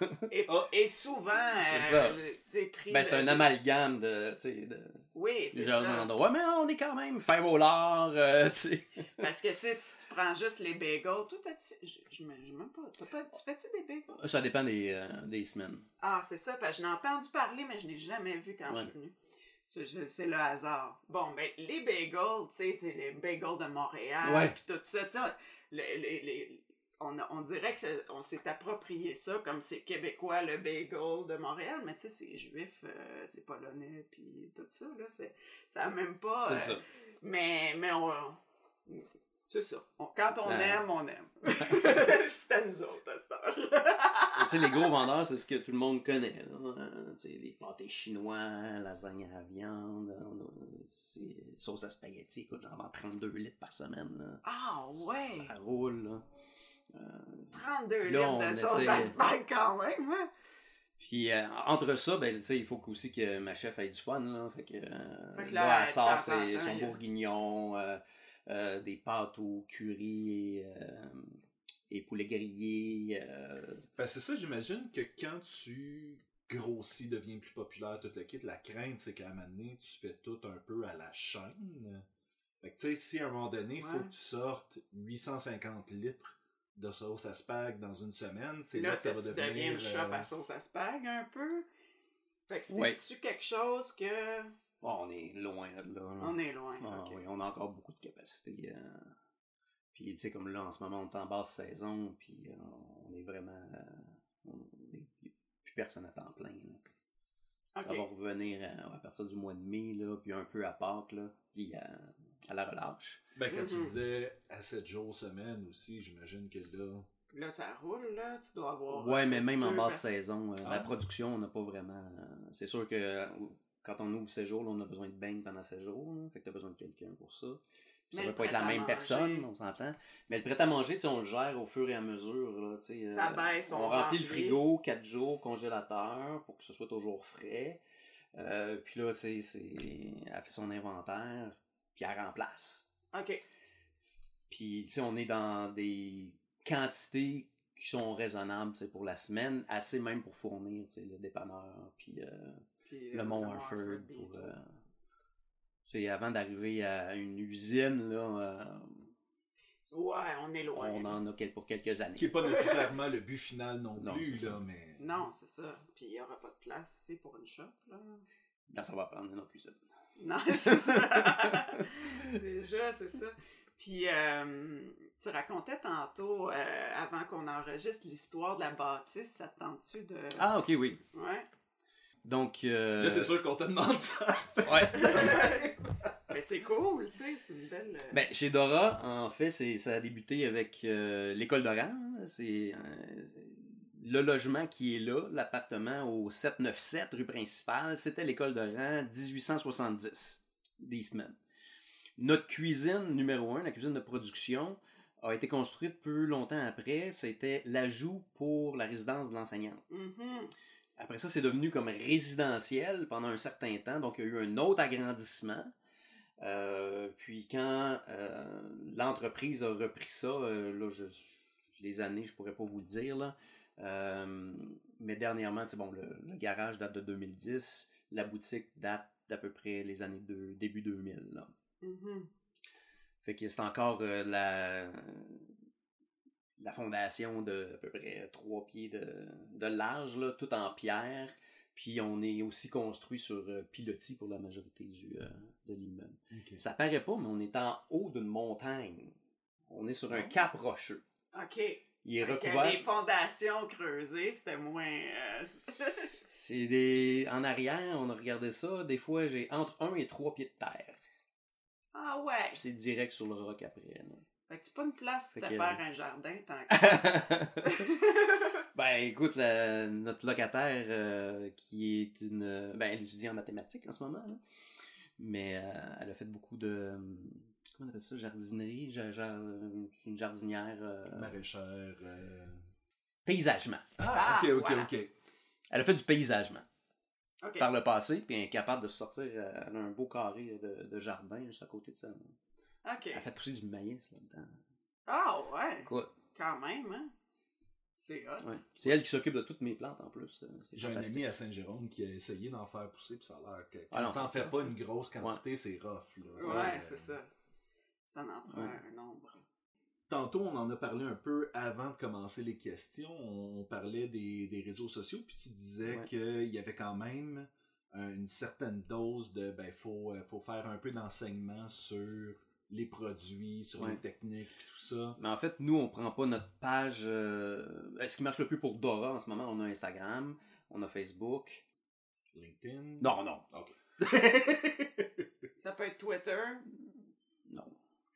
Speaker 4: est,
Speaker 5: Ah.
Speaker 4: est souvent
Speaker 3: C'est ça.
Speaker 4: euh, tu sais, pris
Speaker 3: Ben,
Speaker 4: de-
Speaker 3: c'est un amalgame de, tu sais, de
Speaker 4: Oui, c'est
Speaker 3: plusieurs
Speaker 4: ça.
Speaker 3: endroits, mais on est quand même fin au lard, euh, tu sais.
Speaker 4: Parce que tu sais, si tu prends juste les bagels, toi, t'as-tu. Je, je me- je me même pas. t'as pas- tu fais-tu des bagels?
Speaker 3: Ça dépend des, euh, des semaines.
Speaker 4: Ah, c'est ça, parce que je n'ai entendu parler, mais je n'ai jamais vu quand je
Speaker 3: Ouais.
Speaker 4: suis venue. C'est- je- C'est le hasard. Bon, ben, les bagels, tu sais, c'est les bagels de
Speaker 3: Ouais.
Speaker 4: Montréal, puis tout ça, tu sais, on- le- le- le- on, a- on dirait que c'est- on s'est approprié ça, comme c'est québécois, le bagel de Montréal, mais tu sais, c'est juif, euh, c'est polonais, puis tout ça, là, c'est- ça a même pas...
Speaker 3: C'est
Speaker 4: euh,
Speaker 3: ça.
Speaker 4: Mais, mais on... on- c'est ça. On- quand on
Speaker 3: Ça-
Speaker 4: aime, on aime. c'est à nous autres, à cette heure.
Speaker 3: Et tu sais, les gros vendeurs, c'est ce que tout le monde connaît. Là. Euh, tu sais, les pâtés chinois, lasagne à la viande, euh, c'est- sauce à spaghetti. Écoute, j'en vends 32 litres par semaine. Là.
Speaker 4: Ah, ouais!
Speaker 3: Ça roule, là.
Speaker 4: 32
Speaker 3: Là, on
Speaker 4: litres de sauce
Speaker 3: essaie.
Speaker 4: à spag quand même, hein?
Speaker 3: Puis euh, entre ça, ben, tu sais, il faut qu- aussi que ma chef ait du fun. Là. Fait que, euh,
Speaker 4: Fait que là,
Speaker 3: là, elle
Speaker 4: de
Speaker 3: sort
Speaker 4: temps en hein.
Speaker 3: ses-
Speaker 4: temps,
Speaker 3: son
Speaker 4: il y a-
Speaker 3: bourguignon, euh, euh, des pâtes au curry et, euh, et poulet grillé. euh,
Speaker 5: Fait que Ben, c'est ça, j'imagine que quand tu grossis, deviens plus populaire, tout le kit, la crainte, c'est qu'à un moment donné, tu fais tout un peu à la chaîne. Fait que tu sais, si à un moment donné, il faut
Speaker 4: Ouais.
Speaker 5: que tu sortes 850 litres de sauce à spag dans une semaine, c'est là,
Speaker 4: Là,
Speaker 5: que ça
Speaker 4: tu
Speaker 5: va
Speaker 4: tu
Speaker 5: devenir...
Speaker 4: deviens une shop
Speaker 5: euh,
Speaker 4: à sauce à spag un peu. Fait que
Speaker 3: Ouais.
Speaker 4: c'est-tu quelque chose que...
Speaker 3: bon, oh, on est loin là, de là. là.
Speaker 4: On est loin,
Speaker 3: Ah,
Speaker 4: ok.
Speaker 3: oui, on a encore beaucoup de capacités. euh. Puis, tu sais, comme là, en ce moment, on est en basse saison, puis euh, on est vraiment. euh, on est- plus personne à temps plein. là. Ça
Speaker 4: Ok.
Speaker 3: va revenir euh, à, à partir du mois de mai, là, puis un peu à Pâques, là, puis à, à la relâche.
Speaker 5: Ben, quand tu
Speaker 4: Mhm.
Speaker 5: disais à 7 jours semaine aussi, j'imagine que là...
Speaker 4: Là, ça roule, là. Tu dois avoir...
Speaker 3: Ouais, mais même en
Speaker 4: euh, deux
Speaker 3: basse
Speaker 4: personnes.
Speaker 3: saison, euh,
Speaker 5: Ah.
Speaker 3: la production, on n'a pas vraiment. euh, c'est sûr que euh, quand on ouvre ces jours, là, on a besoin de beignes pendant ces jours, là, fait que t'as besoin de quelqu'un pour ça. Puis ça
Speaker 4: Mais
Speaker 3: ne
Speaker 4: le
Speaker 3: peut pas être la même
Speaker 4: prêt-à-manger.
Speaker 3: personne, on s'entend. Mais le prêt-à-manger, tu sais, on le gère au fur et à mesure. Là, tu sais,
Speaker 4: Ça baisse,
Speaker 3: euh, on,
Speaker 4: on
Speaker 3: remplit
Speaker 4: remplit.
Speaker 3: le frigo, 4 jours, congélateur, pour que ce soit toujours frais. Euh, puis là, c'est, c'est, elle fait son inventaire, puis elle remplace.
Speaker 4: OK.
Speaker 3: Puis, tu sais, on est dans des quantités qui sont raisonnables, tu sais, pour la semaine, assez même pour fournir, tu sais, le dépanneur, puis euh,
Speaker 4: Puis,
Speaker 3: le
Speaker 4: euh,
Speaker 3: Mont
Speaker 4: Hartford,
Speaker 3: Harford
Speaker 4: puis
Speaker 3: pour...
Speaker 4: tout.
Speaker 3: euh, tu sais, avant d'arriver à une usine, là, euh,
Speaker 4: Ouais, on est loin.
Speaker 3: on en a quel- pour quelques années.
Speaker 5: Qui n'est pas nécessairement le but final non,
Speaker 3: Non,
Speaker 5: plus,
Speaker 3: c'est
Speaker 5: là,
Speaker 3: ça.
Speaker 5: mais...
Speaker 4: Non, c'est ça. Puis il n'y aura pas de place, c'est pour une shop, là.
Speaker 3: Là, ça va prendre dans notre usine.
Speaker 4: Non, c'est ça. Déjà, c'est ça. Puis, euh, tu racontais tantôt, euh, avant qu'on enregistre, l'histoire de la bâtisse. Ça te tente-tu de...
Speaker 3: Ah, OK, oui.
Speaker 4: Ouais.
Speaker 3: Donc... euh,
Speaker 5: Là, c'est sûr qu'on te demande ça.
Speaker 3: Ouais.
Speaker 4: Mais Ben, c'est cool, tu sais, c'est une belle... euh,
Speaker 3: Ben, chez Dora, en fait, c'est, ça a débuté avec euh, l'école d'Oran. hein. C'est, euh, c'est- le logement qui est là, l'appartement au 797 rue principale, c'était l'école d'Oran 1870 d'Eastman. Notre cuisine numéro un, la cuisine de production, a été construite peu longtemps après. C'était l'ajout pour la résidence de l'enseignante. Ben.
Speaker 4: mhm.
Speaker 3: Après ça, c'est devenu comme résidentiel pendant un certain temps, donc il y a eu un autre agrandissement. Euh, puis quand euh, l'entreprise a repris ça, euh, là, je, les années, je pourrais pas vous le dire, là. Euh, mais dernièrement, c'est bon, le, le garage date de 2010, la boutique date d'à peu près les années de, début 2000. Là.
Speaker 4: mhm.
Speaker 3: Fait que c'est encore euh, la, la fondation de à peu près trois pieds de, de large, là, tout en pierre. Puis on est aussi construit sur euh, pilotis pour la majorité du, euh, de l'immeuble. Ça paraît pas, mais on est en haut d'une montagne. On est sur un cap rocheux.
Speaker 4: OK.
Speaker 3: Il est
Speaker 4: Fait que
Speaker 3: recouvert.
Speaker 4: Les fondations creusées, c'était moins... euh,
Speaker 3: C'est des. En arrière, on a regardé ça. Des fois, j'ai entre un et trois pieds de terre.
Speaker 4: Ah ouais!
Speaker 3: Puis c'est direct sur le roc après.
Speaker 4: Fait que c'est pas une place pour
Speaker 3: Fait
Speaker 4: te
Speaker 3: que-
Speaker 4: faire un jardin tant que...
Speaker 3: là. Ben écoute, la- notre locataire euh, qui est une. euh, Ben elle étudie en mathématiques en ce moment, là. mais euh, elle a fait beaucoup de. euh, Comment on appelle ça Jardinerie ja- ja- euh, C'est une jardinière. euh,
Speaker 5: Maraîchère... euh,
Speaker 3: paysagement.
Speaker 5: Ah, ok, ok,
Speaker 4: voilà.
Speaker 5: ok.
Speaker 3: Elle a fait du paysagement.
Speaker 4: OK.
Speaker 3: par le passé, puis elle est capable de se sortir. euh, Elle a un beau carré de, de jardin juste à côté de ça.
Speaker 4: OK.
Speaker 3: Elle fait pousser du maïs là-dedans.
Speaker 4: Ah ouais,
Speaker 3: Quoi?
Speaker 4: quand même, hein? C'est hot.
Speaker 3: Ouais. C'est elle qui s'occupe de toutes mes plantes en plus. euh, c'est
Speaker 5: J'ai un
Speaker 3: fantastique.
Speaker 5: ami à Saint-Jérôme qui a essayé d'en faire pousser, puis ça a l'air que quand
Speaker 3: Ah non,
Speaker 5: t'en
Speaker 3: c'est
Speaker 5: fais
Speaker 3: tough,
Speaker 5: pas
Speaker 3: ça.
Speaker 5: une grosse quantité, c'est rough. Là.
Speaker 4: Ouais,
Speaker 5: Euh,
Speaker 4: c'est ça. Ça en prend
Speaker 3: Ouais.
Speaker 4: un nombre.
Speaker 5: Tantôt, on en a parlé un peu avant de commencer les questions. On parlait des, des réseaux sociaux, puis tu disais
Speaker 3: Ouais.
Speaker 5: qu'il y avait quand même euh, une certaine dose de ben faut euh, faut faire un peu d'enseignement sur les produits, sur
Speaker 3: Ouais.
Speaker 5: les techniques, puis tout ça.
Speaker 3: Mais en fait, nous, on prend pas notre page. euh, Ce qui marche le plus pour Dora en ce moment, on a Instagram, on a Facebook.
Speaker 5: LinkedIn.
Speaker 3: Non, non,
Speaker 5: Ok.
Speaker 4: Ça peut être Twitter.
Speaker 3: non.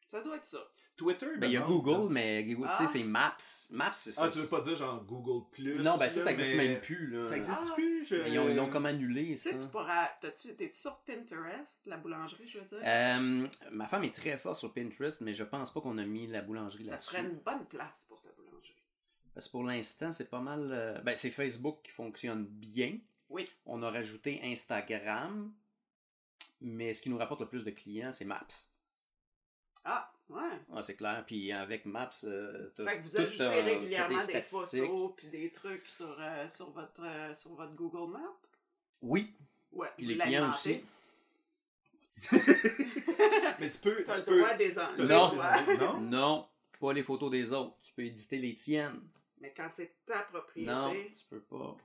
Speaker 4: Ça doit être ça.
Speaker 5: Twitter.
Speaker 3: Ben, il y a
Speaker 5: demande-
Speaker 3: Google, mais Google, tu
Speaker 4: Ah.
Speaker 3: sais, c'est Maps. Maps, c'est ça.
Speaker 5: Ah, tu veux pas dire genre Google Plus
Speaker 3: Non, ben ça, ça
Speaker 5: là,
Speaker 3: existe
Speaker 5: mais-
Speaker 3: même plus. Là.
Speaker 5: Ça existe
Speaker 4: Ah.
Speaker 5: plus. je-
Speaker 3: Mais Ils ont, ils l'ont comme annulé,
Speaker 4: Tu sais,
Speaker 3: ça.
Speaker 4: tu pourras. T'as-tu, t'es-tu sur Pinterest, la boulangerie, je veux dire?
Speaker 3: Euh, ma femme est très forte sur Pinterest, mais je pense pas qu'on a mis la boulangerie
Speaker 4: ça
Speaker 3: là-dessus.
Speaker 4: serait une bonne place pour ta boulangerie.
Speaker 3: Parce que pour l'instant, c'est pas mal. euh, Ben, c'est Facebook qui fonctionne bien.
Speaker 4: Oui.
Speaker 3: On a rajouté Instagram, mais ce qui nous rapporte le plus de clients, c'est Maps.
Speaker 4: Ah, ouais.
Speaker 3: Ah, c'est clair. Puis avec Maps, euh, t'as
Speaker 4: Fait que vous
Speaker 3: tout,
Speaker 4: ajoutez
Speaker 3: euh, toutes les
Speaker 4: régulièrement des
Speaker 3: statistiques.
Speaker 4: photos puis des trucs sur, euh, sur, votre, euh, sur votre Google Maps.
Speaker 3: Oui,
Speaker 4: Ouais,
Speaker 3: puis
Speaker 4: vous
Speaker 3: les clients aussi.
Speaker 4: l'alimentez.
Speaker 5: Mais tu peux.
Speaker 4: T'as
Speaker 5: tu
Speaker 4: le
Speaker 5: peux-
Speaker 4: droit des en-
Speaker 5: t'as le
Speaker 3: Non.
Speaker 5: droit des en- Non.
Speaker 3: Non, pas les photos des autres. Tu peux éditer les tiennes.
Speaker 4: Mais quand c'est ta propriété,
Speaker 3: Non, tu peux pas.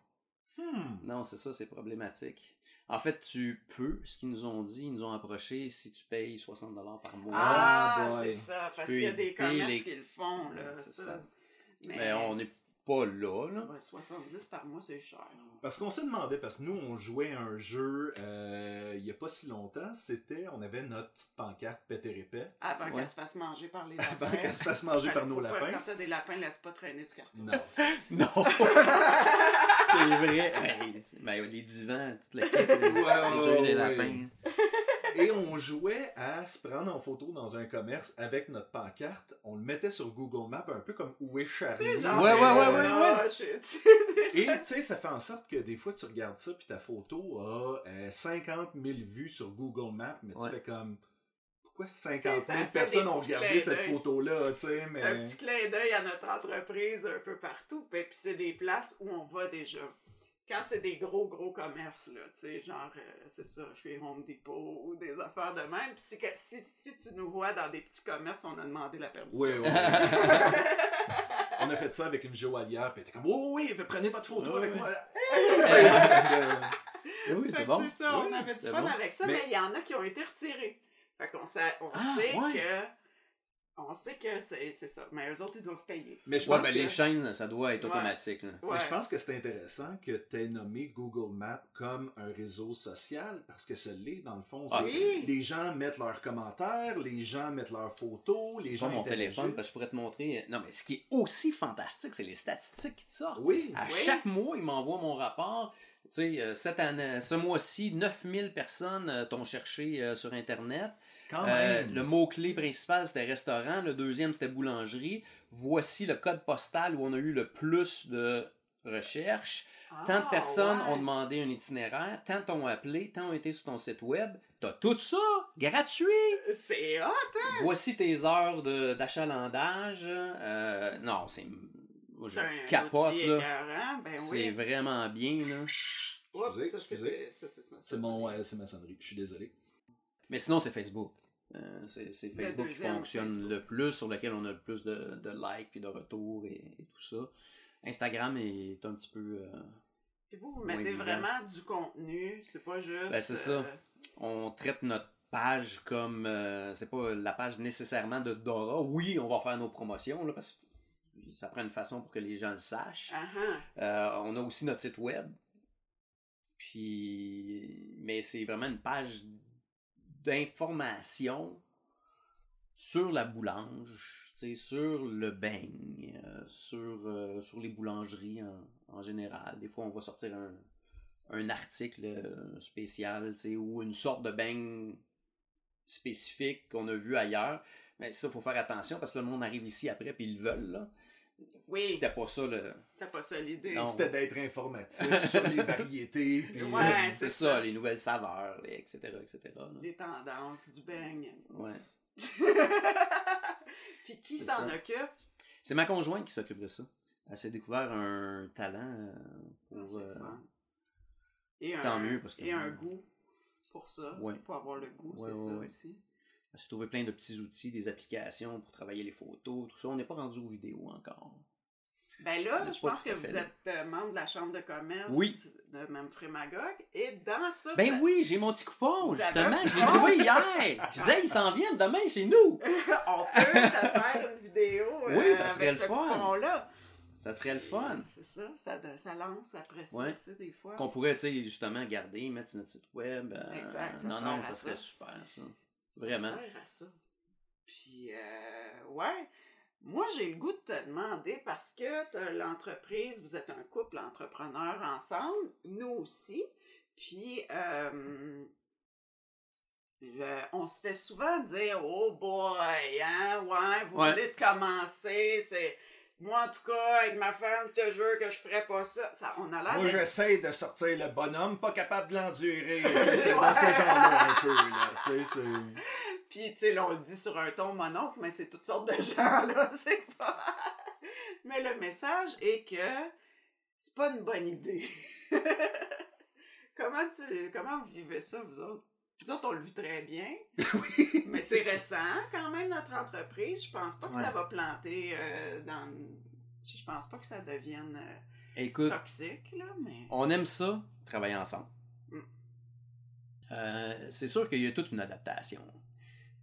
Speaker 5: Hmm.
Speaker 3: Non, c'est ça, c'est problématique. En fait, tu peux, ce qu'ils nous ont dit, ils nous ont approché si tu payes 60 par mois.
Speaker 4: Ah,
Speaker 5: Ah, boy.
Speaker 4: c'est ça, parce
Speaker 3: Tu peux
Speaker 4: qu'il y a des
Speaker 3: éditer
Speaker 4: commerces
Speaker 3: les-
Speaker 4: qui le font,
Speaker 3: Ouais,
Speaker 4: là,
Speaker 3: c'est
Speaker 4: ça.
Speaker 3: ça.
Speaker 4: Mais,
Speaker 3: Mais on n'est pas là, là.
Speaker 4: ouais, 70 par mois, c'est cher.
Speaker 5: Parce qu'on se demandait, parce que nous, on jouait à un jeu euh, il n'y a pas si longtemps, c'était, on avait notre petite pancarte pété répète
Speaker 4: Avant
Speaker 3: Ouais.
Speaker 4: qu'elle se fasse manger par les lapins.
Speaker 5: avant qu'elle se fasse manger par
Speaker 4: Faut
Speaker 5: nos
Speaker 4: pas-
Speaker 5: lapins.
Speaker 4: Quand t'as des lapins, laisse pas traîner du carton.
Speaker 5: Non.
Speaker 3: Non! c'est vrai. Hey, c'est- ben, les divans, toute la quête, les,
Speaker 5: Ouais,
Speaker 3: les jeux
Speaker 5: ouais,
Speaker 3: des
Speaker 5: ouais.
Speaker 3: lapins.
Speaker 5: Et on jouait à se prendre en photo dans un commerce avec notre pancarte. On le mettait sur Google Maps, un peu comme Où est Charlie?
Speaker 4: Tu sais, genre,
Speaker 3: Ouais,
Speaker 4: c'est-
Speaker 3: ouais,
Speaker 5: euh,
Speaker 3: ouais, ouais,
Speaker 4: Ah,
Speaker 3: ouais.
Speaker 4: shit.
Speaker 5: Et tu sais, ça fait en sorte que des fois, tu regardes ça, puis ta photo a euh, 50 000 vues sur Google Maps, mais
Speaker 3: Ouais.
Speaker 5: tu fais comme... Pourquoi 50
Speaker 4: Tu
Speaker 5: 000
Speaker 4: sais, ça fait
Speaker 5: personnes
Speaker 4: des
Speaker 5: ont
Speaker 4: petits
Speaker 5: regardé
Speaker 4: clins
Speaker 5: cette
Speaker 4: d'œil.
Speaker 5: photo-là, tu sais, mais...
Speaker 4: C'est un petit clin d'œil à notre entreprise un peu partout. Puis puis c'est des places où on va déjà. Quand c'est des gros, gros commerces, là, tu sais, genre, euh, c'est ça, je suis Home Depot ou des affaires de même. Puis si, que- si, si tu nous vois dans des petits commerces, on a demandé la permission.
Speaker 5: Ouais, ouais, ouais. On a fait ça avec une joaillière, puis elle était comme Oh oui, prenez votre photo
Speaker 3: Ouais,
Speaker 5: avec
Speaker 3: ouais.
Speaker 5: moi.
Speaker 3: Oui,
Speaker 4: Fait
Speaker 3: c'est
Speaker 4: que
Speaker 3: bon.
Speaker 4: C'est ça, on
Speaker 3: Oui,
Speaker 4: avait du
Speaker 3: c'est
Speaker 4: fun
Speaker 3: bon.
Speaker 4: avec ça,
Speaker 5: Mais-
Speaker 4: mais il y en a qui ont été retirés. Fait qu'on sait, on
Speaker 3: Ah,
Speaker 4: sait
Speaker 3: ouais.
Speaker 4: que. On sait que c'est c'est ça. Mais eux autres, ils doivent payer.
Speaker 5: Mais je
Speaker 3: Ouais,
Speaker 5: pense
Speaker 3: ben,
Speaker 5: que-
Speaker 3: les chaînes, ça doit être
Speaker 4: Ouais.
Speaker 3: automatique. là.
Speaker 5: Mais
Speaker 4: Ouais.
Speaker 5: je pense que c'est intéressant que tu aies nommé Google Maps comme un réseau social, parce que ce l'est, dans le fond.
Speaker 3: Ah,
Speaker 5: c'est-
Speaker 4: oui.
Speaker 5: Les gens mettent leurs commentaires, les gens mettent leurs photos, les
Speaker 3: J'ai
Speaker 5: gens.
Speaker 3: mon
Speaker 5: interagissent.
Speaker 3: téléphone parce que je pourrais te montrer. euh, Non, mais ce qui est aussi fantastique, c'est les statistiques qui te sortent.
Speaker 5: Ah Oui.
Speaker 3: À
Speaker 4: Oui.
Speaker 3: chaque mois, ils m'envoient mon rapport. Tu sais, euh, cette année, ce mois-ci, 9000 personnes euh, t'ont cherché euh, sur Internet.
Speaker 4: Ah,
Speaker 5: Quand
Speaker 3: Euh,
Speaker 5: même.
Speaker 3: le mot-clé principal, c'était restaurant. Le deuxième, c'était boulangerie. Voici le code postal où on a eu le plus de recherches. Tant de
Speaker 4: Ah,
Speaker 3: personnes
Speaker 4: ouais.
Speaker 3: ont demandé un itinéraire, tant t'ont appelé, tant ont été sur ton site web. T'as tout ça gratuit.
Speaker 4: C'est hot!
Speaker 3: Voici tes heures de- d'achalandage. Euh, non, c'est. moi,
Speaker 4: C'est un
Speaker 3: Je capote,
Speaker 4: outil
Speaker 3: là.
Speaker 4: écœurant, Ben
Speaker 3: C'est
Speaker 4: oui.
Speaker 3: vraiment bien, là.
Speaker 4: Oups,
Speaker 5: Excusez,
Speaker 4: ça,
Speaker 5: excusez.
Speaker 4: c'était- ça, c'est ça.
Speaker 5: C'est mon, euh, c'est ma sonnerie. Je suis désolé.
Speaker 3: Mais sinon, c'est Facebook. Euh, c'est c'est
Speaker 4: Le
Speaker 3: Facebook qui
Speaker 4: deuxième,
Speaker 3: fonctionne
Speaker 4: Facebook.
Speaker 3: le plus, sur lequel on a le plus de, de likes puis de retours et, et tout ça. Instagram est un petit peu. euh,
Speaker 4: Puis vous, vous
Speaker 3: Moins
Speaker 4: mettez
Speaker 3: vivant.
Speaker 4: vraiment du contenu, c'est pas juste. euh,
Speaker 3: Ben, c'est ça. on traite notre page comme. euh, c'est pas la page nécessairement de Dora. Oui, on va faire nos promotions, là, parce que ça prend une façon pour que les gens le sachent.
Speaker 4: Ah, ah.
Speaker 3: Euh, on a aussi notre site web. Puis, mais c'est vraiment une page d'information sur la boulange, tu sais, sur le beigne, euh, sur, euh, sur les boulangeries en, en général. Des fois, on va sortir un, un article euh, spécial tu sais, ou une sorte de beigne spécifique qu'on a vu ailleurs. Mais ça, il faut faire attention parce que le monde arrive ici après puis ils le veulent. là.
Speaker 4: Oui,
Speaker 3: C'était pas ça le.
Speaker 4: c'était pas ça l'idée.
Speaker 3: Non.
Speaker 5: C'était d'être informatif sur les variétés. puis- euh,
Speaker 4: Ouais,
Speaker 3: c'est
Speaker 4: c'est
Speaker 3: ça,
Speaker 4: ça.
Speaker 3: les nouvelles saveurs, les etc. etc. là.
Speaker 4: Les tendances du beigne.
Speaker 3: Ouais.
Speaker 4: Puis qui
Speaker 3: C'est
Speaker 4: s'en
Speaker 3: ça.
Speaker 4: occupe?
Speaker 3: C'est ma conjointe qui s'occupe de ça. Elle s'est découvert un talent euh,
Speaker 4: Ah,
Speaker 3: pour.
Speaker 4: c'est
Speaker 3: euh,
Speaker 4: le fun. Et un,
Speaker 3: tant mieux, parce que-
Speaker 4: et un goût pour ça.
Speaker 3: Ouais.
Speaker 4: Il faut avoir le goût,
Speaker 3: Ouais,
Speaker 4: c'est
Speaker 3: ouais,
Speaker 4: ça
Speaker 3: ouais.
Speaker 4: aussi.
Speaker 3: elle s'est trouvé plein de petits outils, des applications pour travailler les photos, tout ça. On n'est pas rendu aux vidéos encore.
Speaker 4: Ben là,
Speaker 3: Mais
Speaker 4: je
Speaker 3: pas
Speaker 4: pense
Speaker 3: tout
Speaker 4: que
Speaker 3: à fait,
Speaker 4: vous
Speaker 3: là.
Speaker 4: êtes euh, membre de la Chambre de commerce
Speaker 3: Oui.
Speaker 4: de Memphis Magog. Et dans ça,
Speaker 3: Ben
Speaker 4: vous-
Speaker 3: oui, j'ai mon petit coupon,
Speaker 4: Vous avez
Speaker 3: justement.
Speaker 4: un
Speaker 3: Je l'ai trouvé hier. Je disais, ils s'en viennent demain chez nous.
Speaker 4: on peut te faire une vidéo
Speaker 3: Oui,
Speaker 4: euh,
Speaker 3: ça serait
Speaker 4: avec
Speaker 3: le
Speaker 4: ce
Speaker 3: fun.
Speaker 4: coupon-là.
Speaker 3: Ça serait le fun.
Speaker 4: C'est ça, ça, de- ça lance après ça,
Speaker 3: Ouais.
Speaker 4: tu sais, des fois.
Speaker 3: Qu'on pourrait, tu sais, justement, garder, mettre sur notre site web. euh,
Speaker 4: Exact, ça
Speaker 3: non,
Speaker 4: sert
Speaker 3: non,
Speaker 4: à
Speaker 3: ça
Speaker 4: ça.
Speaker 3: serait super, ça.
Speaker 4: Ça
Speaker 3: Vraiment.
Speaker 4: sert à ça. Puis, euh, ouais. Moi, j'ai le goût de te demander parce que t'as l'entreprise, vous êtes un couple entrepreneur ensemble, nous aussi. Puis, euh, je- on se fait souvent dire Oh boy, hein, ouais, vous
Speaker 3: Ouais.
Speaker 4: venez de commencer, c'est. Moi, en tout cas, avec ma femme, je te jure que je ferais pas ça. ça on a l'air
Speaker 5: Moi,
Speaker 4: d'être-
Speaker 5: j'essaie de sortir le bonhomme, pas capable de l'endurer. c'est dans ce genre-là, un peu, là. Tu sais,
Speaker 3: Euh,
Speaker 5: c'est...
Speaker 4: Puis, tu sais, là, on le dit sur un ton mononcle, mais c'est toutes sortes de gens, là, c'est pas... Mais le message est que c'est pas une bonne idée. comment, tu, comment vous vivez ça, vous autres? Nous autres, on le vit très bien, mais c'est récent quand même, notre entreprise. Je pense pas que ça
Speaker 3: Ouais.
Speaker 4: va planter euh, dans... Je pense pas que ça devienne euh,
Speaker 3: Écoute,
Speaker 4: toxique, là, mais...
Speaker 3: on aime ça, travailler ensemble.
Speaker 4: Mm.
Speaker 3: Euh, c'est sûr qu'il y a toute une adaptation.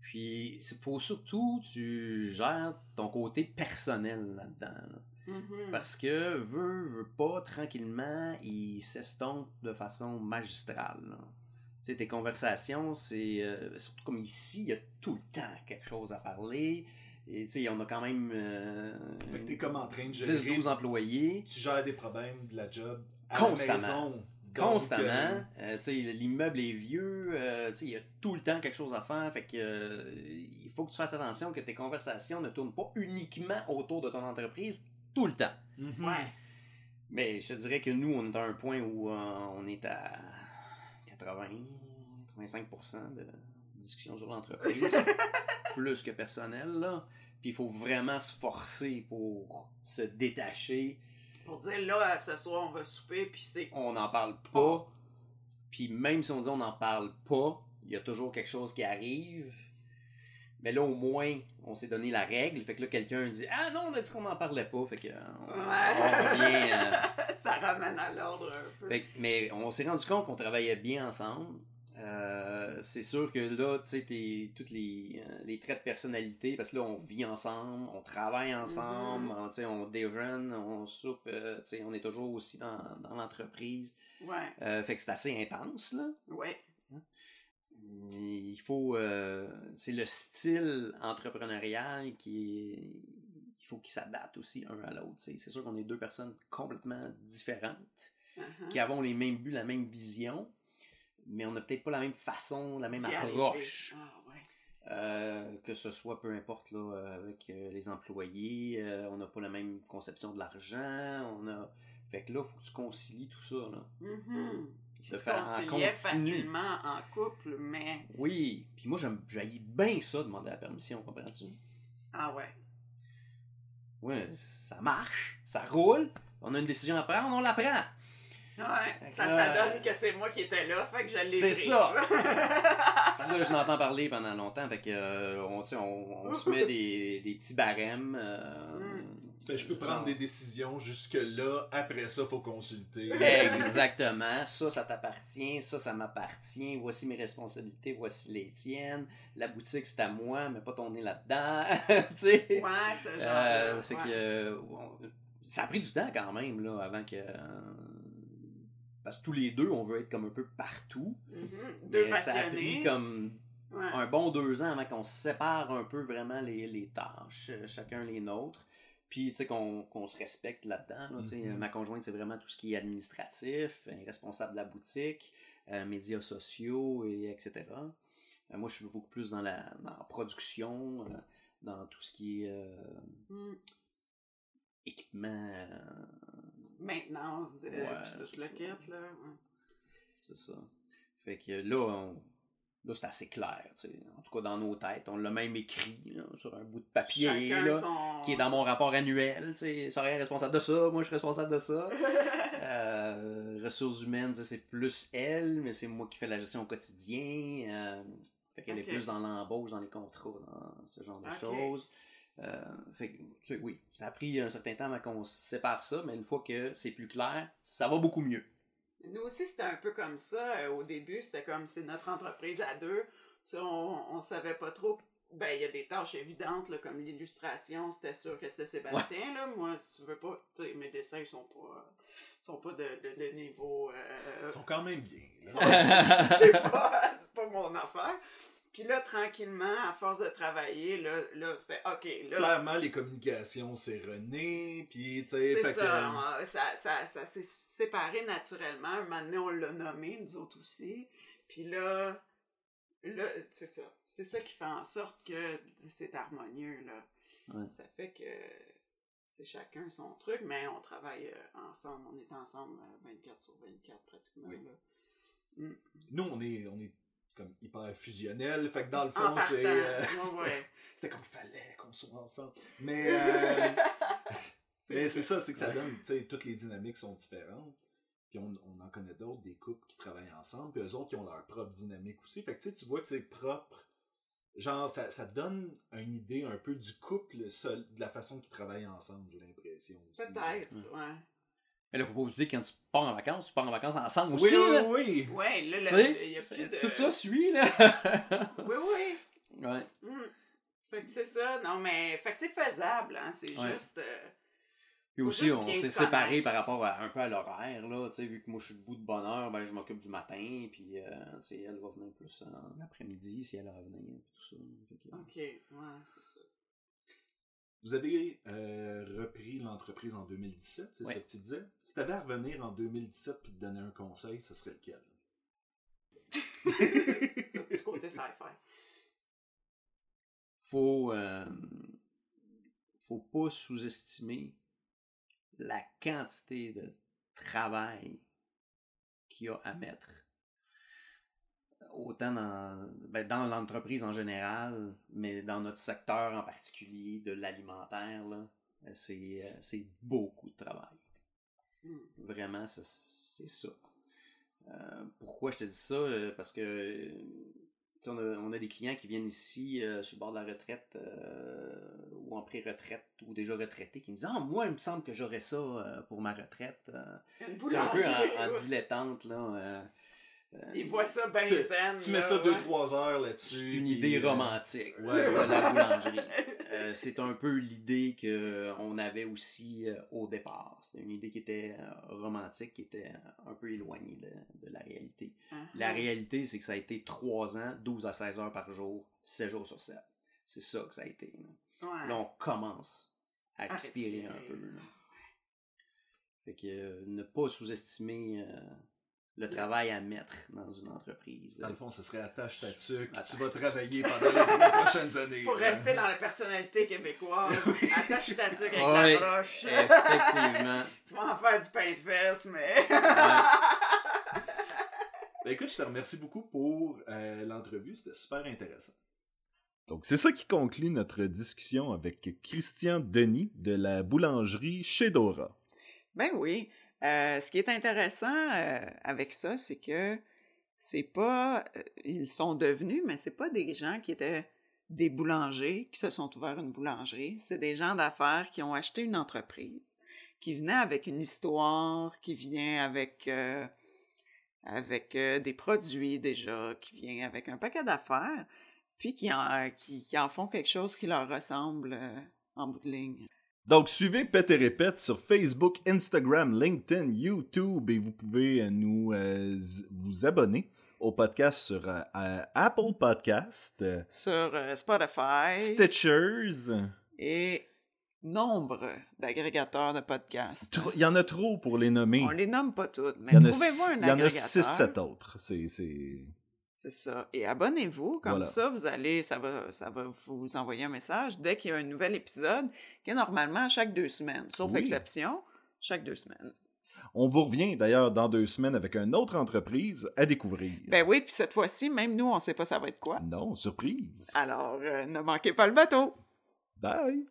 Speaker 3: Puis, il faut surtout tu gères ton côté personnel là-dedans. là.
Speaker 5: Mm.
Speaker 4: Mhm.
Speaker 3: Parce que, veut, veut pas, tranquillement, il s'estompe de façon magistrale. là. Tu sais, tes conversations, c'est... euh, surtout comme ici, il y a tout le temps quelque chose à parler. Et tu sais, on a quand même euh,
Speaker 5: Fait que t'es comme en train de gérer.
Speaker 3: 10-12 employés.
Speaker 5: Tu gères des problèmes de la job à
Speaker 3: Constamment.
Speaker 5: la maison. Donc,
Speaker 3: constamment.
Speaker 5: euh,
Speaker 3: Euh, tu sais, l'immeuble est vieux, euh, tu sais, il y a tout le temps quelque chose à faire, fait que euh, il faut que tu fasses attention que tes conversations ne tournent pas uniquement autour de ton entreprise tout le temps.
Speaker 5: mhm.
Speaker 4: Ouais.
Speaker 3: Mais je te dirais que nous, on est à un point où euh, on est à 80, 85% de discussion sur l'entreprise, plus que personnel, là. Puis il faut vraiment se forcer pour se détacher.
Speaker 4: Pour dire, là, ce soir, on va souper, puis c'est...
Speaker 3: hmm. On n'en parle pas. Puis même si on dit on n'en parle pas, il y a toujours quelque chose qui arrive. Mais là, au moins, on s'est donné la règle. Fait que là, quelqu'un dit Ah non, on a dit qu'on n'en parlait pas. Fait que. euh, on- on revient, euh,
Speaker 4: ça ramène à l'ordre un peu.
Speaker 3: Fait que- mais on s'est rendu compte qu'on travaillait bien ensemble. Euh, c'est sûr que là, tu sais, t'es- toutes les, euh, les traits de personnalité, parce que là, on vit ensemble, on travaille ensemble,
Speaker 4: Mhm.
Speaker 3: on, tu sais, on déjeune, on soupe, euh, tu sais, on est toujours aussi dans, dans l'entreprise.
Speaker 4: Ouais,
Speaker 3: Euh, fait que c'est assez intense, là.
Speaker 4: ouais.
Speaker 3: Il faut. euh, c'est le style entrepreneurial qui est. Il faut qu'il s'adapte aussi un à l'autre. tu sais. C'est sûr qu'on est deux personnes complètement différentes
Speaker 4: uh-huh.
Speaker 3: qui avons les mêmes buts, la même vision, mais on n'a peut-être pas la même façon, la même
Speaker 4: D'y arriver.
Speaker 3: approche.
Speaker 4: Ah, ouais.
Speaker 3: Euh, que ce soit, peu importe, là, euh, avec euh, les employés, euh, on n'a pas la même conception de l'argent, on a... Fait que là, faut que tu concilies tout ça, là.
Speaker 4: Mhm. Ils
Speaker 3: De
Speaker 4: se
Speaker 3: faire en
Speaker 4: conciliaient
Speaker 3: continu.
Speaker 4: facilement en couple, mais...
Speaker 3: Oui, puis moi, j'aime- j'haïs bien ça, demander la permission, comprends-tu?
Speaker 4: Ah ouais.
Speaker 3: Ouais, ça marche, ça roule, on a une décision à prendre, on la prend.
Speaker 4: Ouais,
Speaker 3: Fait
Speaker 4: ça,
Speaker 3: que là,
Speaker 4: ça donne que c'est moi qui étais là, fait que je l'ai
Speaker 3: C'est
Speaker 4: pris.
Speaker 3: ça. Là, je l'entends parler pendant longtemps, fait que, euh, on, tu sais, on, on se met des, des petits barèmes. euh,
Speaker 5: Fait que Ben, je peux prendre
Speaker 3: genre-
Speaker 5: des décisions jusque-là. Après ça, faut consulter.
Speaker 3: Exactement. Ça, ça t'appartient. Ça, ça m'appartient. Voici mes responsabilités. Voici les tiennes. La boutique, c'est à moi, mais pas ton nez là-dedans. tu sais.
Speaker 4: ouais, ce genre
Speaker 3: Euh,
Speaker 4: de-
Speaker 3: fait
Speaker 4: ouais.
Speaker 3: que, euh, on- ça a pris du temps quand même, là, avant que. euh, Parce que tous les deux, on veut être comme un peu partout.
Speaker 4: Mhm. Deux
Speaker 3: mais euh, ça a pris
Speaker 4: passionnés.
Speaker 3: comme
Speaker 4: Ouais.
Speaker 3: un bon deux ans avant qu'on se sépare un peu vraiment les, les tâches, euh, chacun les nôtres. Puis, tu sais, qu'on qu'on se respecte là-dedans. là, tu sais.
Speaker 5: Mhm.
Speaker 3: Ma conjointe, c'est vraiment tout ce qui est administratif, elle est responsable de la boutique, euh, médias sociaux, et etc. Euh, moi, je suis beaucoup plus dans la, dans la production, euh, dans tout ce qui est euh,
Speaker 4: Mm.
Speaker 3: équipement. euh,
Speaker 4: Maintenance de
Speaker 3: Ouais,
Speaker 4: puis tout
Speaker 3: c'est
Speaker 4: le
Speaker 3: ça.
Speaker 4: kit, là. ouais.
Speaker 3: c'est ça. Fait que là, on- là c'est assez clair. tu sais. En tout cas, dans nos têtes, on l'a même écrit là, sur un bout de papier.
Speaker 4: Chacun
Speaker 3: là.
Speaker 4: son...
Speaker 3: qui est dans mon rapport annuel. Tu sais, Soraya est responsable de ça, moi je suis responsable de ça. Euh, ressources humaines, ça, c'est plus elle, mais c'est moi qui fais la gestion au quotidien. Euh, fait qu'elle
Speaker 4: Ok.
Speaker 3: est plus dans l'embauche, dans les contrats, dans ce genre de
Speaker 4: Ok.
Speaker 3: choses. Euh, fait que, tu sais, oui, ça a pris un certain temps avant qu'on se sépare ça, mais une fois que c'est plus clair, ça va beaucoup mieux.
Speaker 4: Nous aussi, c'était un peu comme ça. Euh, Au début, c'était comme c'est notre entreprise à deux. Ça, on, on savait pas trop. Ben, il y a des tâches évidentes, là, comme l'illustration, c'était sûr que c'était Sébastien, là. Moi, si tu veux pas, tu sais, mes dessins sont pas, sont pas de, de- de niveau. euh,
Speaker 5: Ils sont quand même bien. là.
Speaker 4: c'est pas, c'est pas mon affaire. Puis là, tranquillement, à force de travailler, là, là tu fais OK, là.
Speaker 5: Clairement, les communications, c'est René, puis tu sais,
Speaker 4: C'est
Speaker 5: fait
Speaker 4: ça,
Speaker 5: que- euh,
Speaker 4: on- ça, ça, ça s'est séparé naturellement. Un moment donné, on l'a nommé, nous autres aussi. Puis là, là c'est ça. C'est ça qui fait en sorte que c'est harmonieux, là.
Speaker 3: Ouais.
Speaker 4: Ça fait que c'est chacun son truc, mais on travaille euh, ensemble. On est ensemble euh, 24 sur 24, pratiquement,
Speaker 5: Oui.
Speaker 4: là.
Speaker 5: nous, on est, on est comme hyper fusionnel. Fait que dans le
Speaker 4: En
Speaker 5: fond,
Speaker 4: partant,
Speaker 5: c'est. euh,
Speaker 4: ouais, ouais.
Speaker 5: C'était comme fallait qu'on soit ensemble. Mais. euh, mais c'est ça, c'est que ça
Speaker 3: Ouais.
Speaker 5: donne. Tu sais, toutes les dynamiques sont différentes. Puis on, on en connaît d'autres, des couples qui travaillent ensemble. Puis eux autres, qui ont leur propre dynamique aussi. Fait que tu sais, tu vois que c'est propre. Genre, ça, ça donne une idée un peu du couple, seul, de la façon qu'ils travaillent ensemble, j'ai l'impression. aussi.
Speaker 4: Peut-être, ouais.
Speaker 3: Mais là, faut pas oublier que quand tu pars en vacances, tu pars en vacances ensemble
Speaker 5: Oui,
Speaker 3: aussi.
Speaker 5: oui,
Speaker 3: là.
Speaker 5: oui.
Speaker 4: Ouais, là,
Speaker 3: Tu
Speaker 4: le- il y a plus
Speaker 3: sais,
Speaker 4: de...
Speaker 3: Tout ça suit, là.
Speaker 4: euh, Oui, oui.
Speaker 3: ouais.
Speaker 4: Hmm. Fait que c'est ça, non mais. Fait que c'est faisable, hein. C'est
Speaker 3: Ouais.
Speaker 4: juste. euh,
Speaker 3: Puis
Speaker 4: Faut
Speaker 3: aussi,
Speaker 4: juste
Speaker 3: on
Speaker 4: bien
Speaker 3: s'est
Speaker 4: se connaître.
Speaker 3: séparés par rapport à, un peu à l'horaire, là, tu sais, vu que moi je suis debout de bonne heure, ben je m'occupe du matin, puis euh, tu sais, elle va venir plus en après-midi si elle a à venir, puis tout ça. Fait que,
Speaker 4: Ok, ouais, c'est ça.
Speaker 5: Vous avez euh, repris l'entreprise en 2017, c'est
Speaker 3: Ouais.
Speaker 5: ça que tu disais? Si t'avais à revenir en 2017 puis te donner un conseil, ce serait lequel?
Speaker 4: C'est un petit côté sci-fi.
Speaker 3: Faut, euh, faut pas sous-estimer la quantité de travail qu'il y a à mettre. Autant dans, ben, dans l'entreprise en général, mais dans notre secteur en particulier de l'alimentaire, là, c'est, euh, c'est beaucoup de travail.
Speaker 4: Hmm.
Speaker 3: Vraiment, c'est, c'est ça. Euh, pourquoi je te dis ça? Euh, Parce que euh, tu sais, on a, on a des clients qui viennent ici euh, sur le bord de la retraite euh, ou en pré-retraite ou déjà retraités qui me disent Ah, moi, il me semble que j'aurais ça euh, pour ma retraite. Euh,
Speaker 4: Une
Speaker 3: c'est un peu en, en
Speaker 4: boulangerie.
Speaker 3: dilettante, là. euh, euh,
Speaker 4: Il voit ça ben
Speaker 5: Tu-
Speaker 4: zen.
Speaker 5: tu mets ça 2-3 heures là-dessus.
Speaker 3: c'est une
Speaker 5: puis,
Speaker 3: idée
Speaker 5: euh,
Speaker 3: romantique
Speaker 5: ouais.
Speaker 3: de la boulangerie. Euh, c'est un peu l'idée que euh, on avait aussi euh, au départ. C'était une idée qui était euh, romantique, qui était un peu éloignée de, de la réalité. La réalité, c'est que ça a été 3 ans, 12 à 16 heures par jour, 7 jours sur 7. C'est ça que ça a été. là. Là, on commence Ah. à,
Speaker 4: À
Speaker 3: respirer, un
Speaker 4: respirer.
Speaker 3: peu. là. Fait que euh, ne pas sous-estimer euh, le travail à mettre dans une entreprise.
Speaker 5: Dans le fond, ce serait attache ta tuque.
Speaker 3: Attache
Speaker 5: Tu vas
Speaker 3: ta
Speaker 5: travailler pendant les trois prochaines années.
Speaker 4: Pour
Speaker 5: là.
Speaker 4: rester dans la personnalité québécoise, attache ta tuque avec
Speaker 3: Ouais.
Speaker 4: la
Speaker 3: Euh,
Speaker 4: broche.
Speaker 3: Effectivement.
Speaker 4: tu vas en faire du pain de fesses, mais.
Speaker 3: Ouais.
Speaker 5: Ben, écoute, je te remercie beaucoup pour euh, l'entrevue. C'était super intéressant.
Speaker 2: Donc, c'est ça qui conclut notre discussion avec Christian Denis de la boulangerie chez Dora.
Speaker 1: Ben oui. Euh, ce qui est intéressant euh, avec ça, c'est que c'est pas. euh, ils sont devenus, mais c'est pas des gens qui étaient des boulangers qui se sont ouverts une boulangerie. C'est des gens d'affaires qui ont acheté une entreprise, qui venaient avec une histoire, qui vient avec. euh, avec euh, des produits déjà, qui vient avec un paquet d'affaires, puis qui en, qui, qui en font quelque chose qui leur ressemble euh, en bout de ligne.
Speaker 2: Donc, suivez Pète et Répète sur Facebook, Instagram, LinkedIn, YouTube et vous pouvez euh, nous euh, z- vous abonner au podcast sur euh, euh, Apple Podcast, euh,
Speaker 1: Sur euh, Spotify.
Speaker 2: Stitchers.
Speaker 1: et nombre d'agrégateurs de podcasts.
Speaker 2: Tro- Il y en a trop pour les nommer.
Speaker 1: On les nomme pas toutes, mais
Speaker 2: Il y en a
Speaker 1: trouvez-moi
Speaker 2: six- hein.
Speaker 1: un
Speaker 2: il y en a
Speaker 1: agrégateur.
Speaker 2: 6-7 autres. C'est- C'est
Speaker 4: C'est ça. Et abonnez-vous, comme
Speaker 5: Voilà.
Speaker 4: ça, vous allez, ça va, ça va vous envoyer un message dès qu'il y a un nouvel épisode, qui est normalement à chaque deux semaines, sauf
Speaker 5: Oui.
Speaker 4: exception, chaque deux semaines.
Speaker 5: On vous revient d'ailleurs dans deux semaines avec une autre entreprise à découvrir.
Speaker 4: Ben oui, puis cette fois-ci, même
Speaker 2: Mm.
Speaker 4: nous, on sait pas ça va être quoi.
Speaker 5: Non, surprise.
Speaker 4: Alors, euh, ne manquez pas le bateau!
Speaker 5: Bye.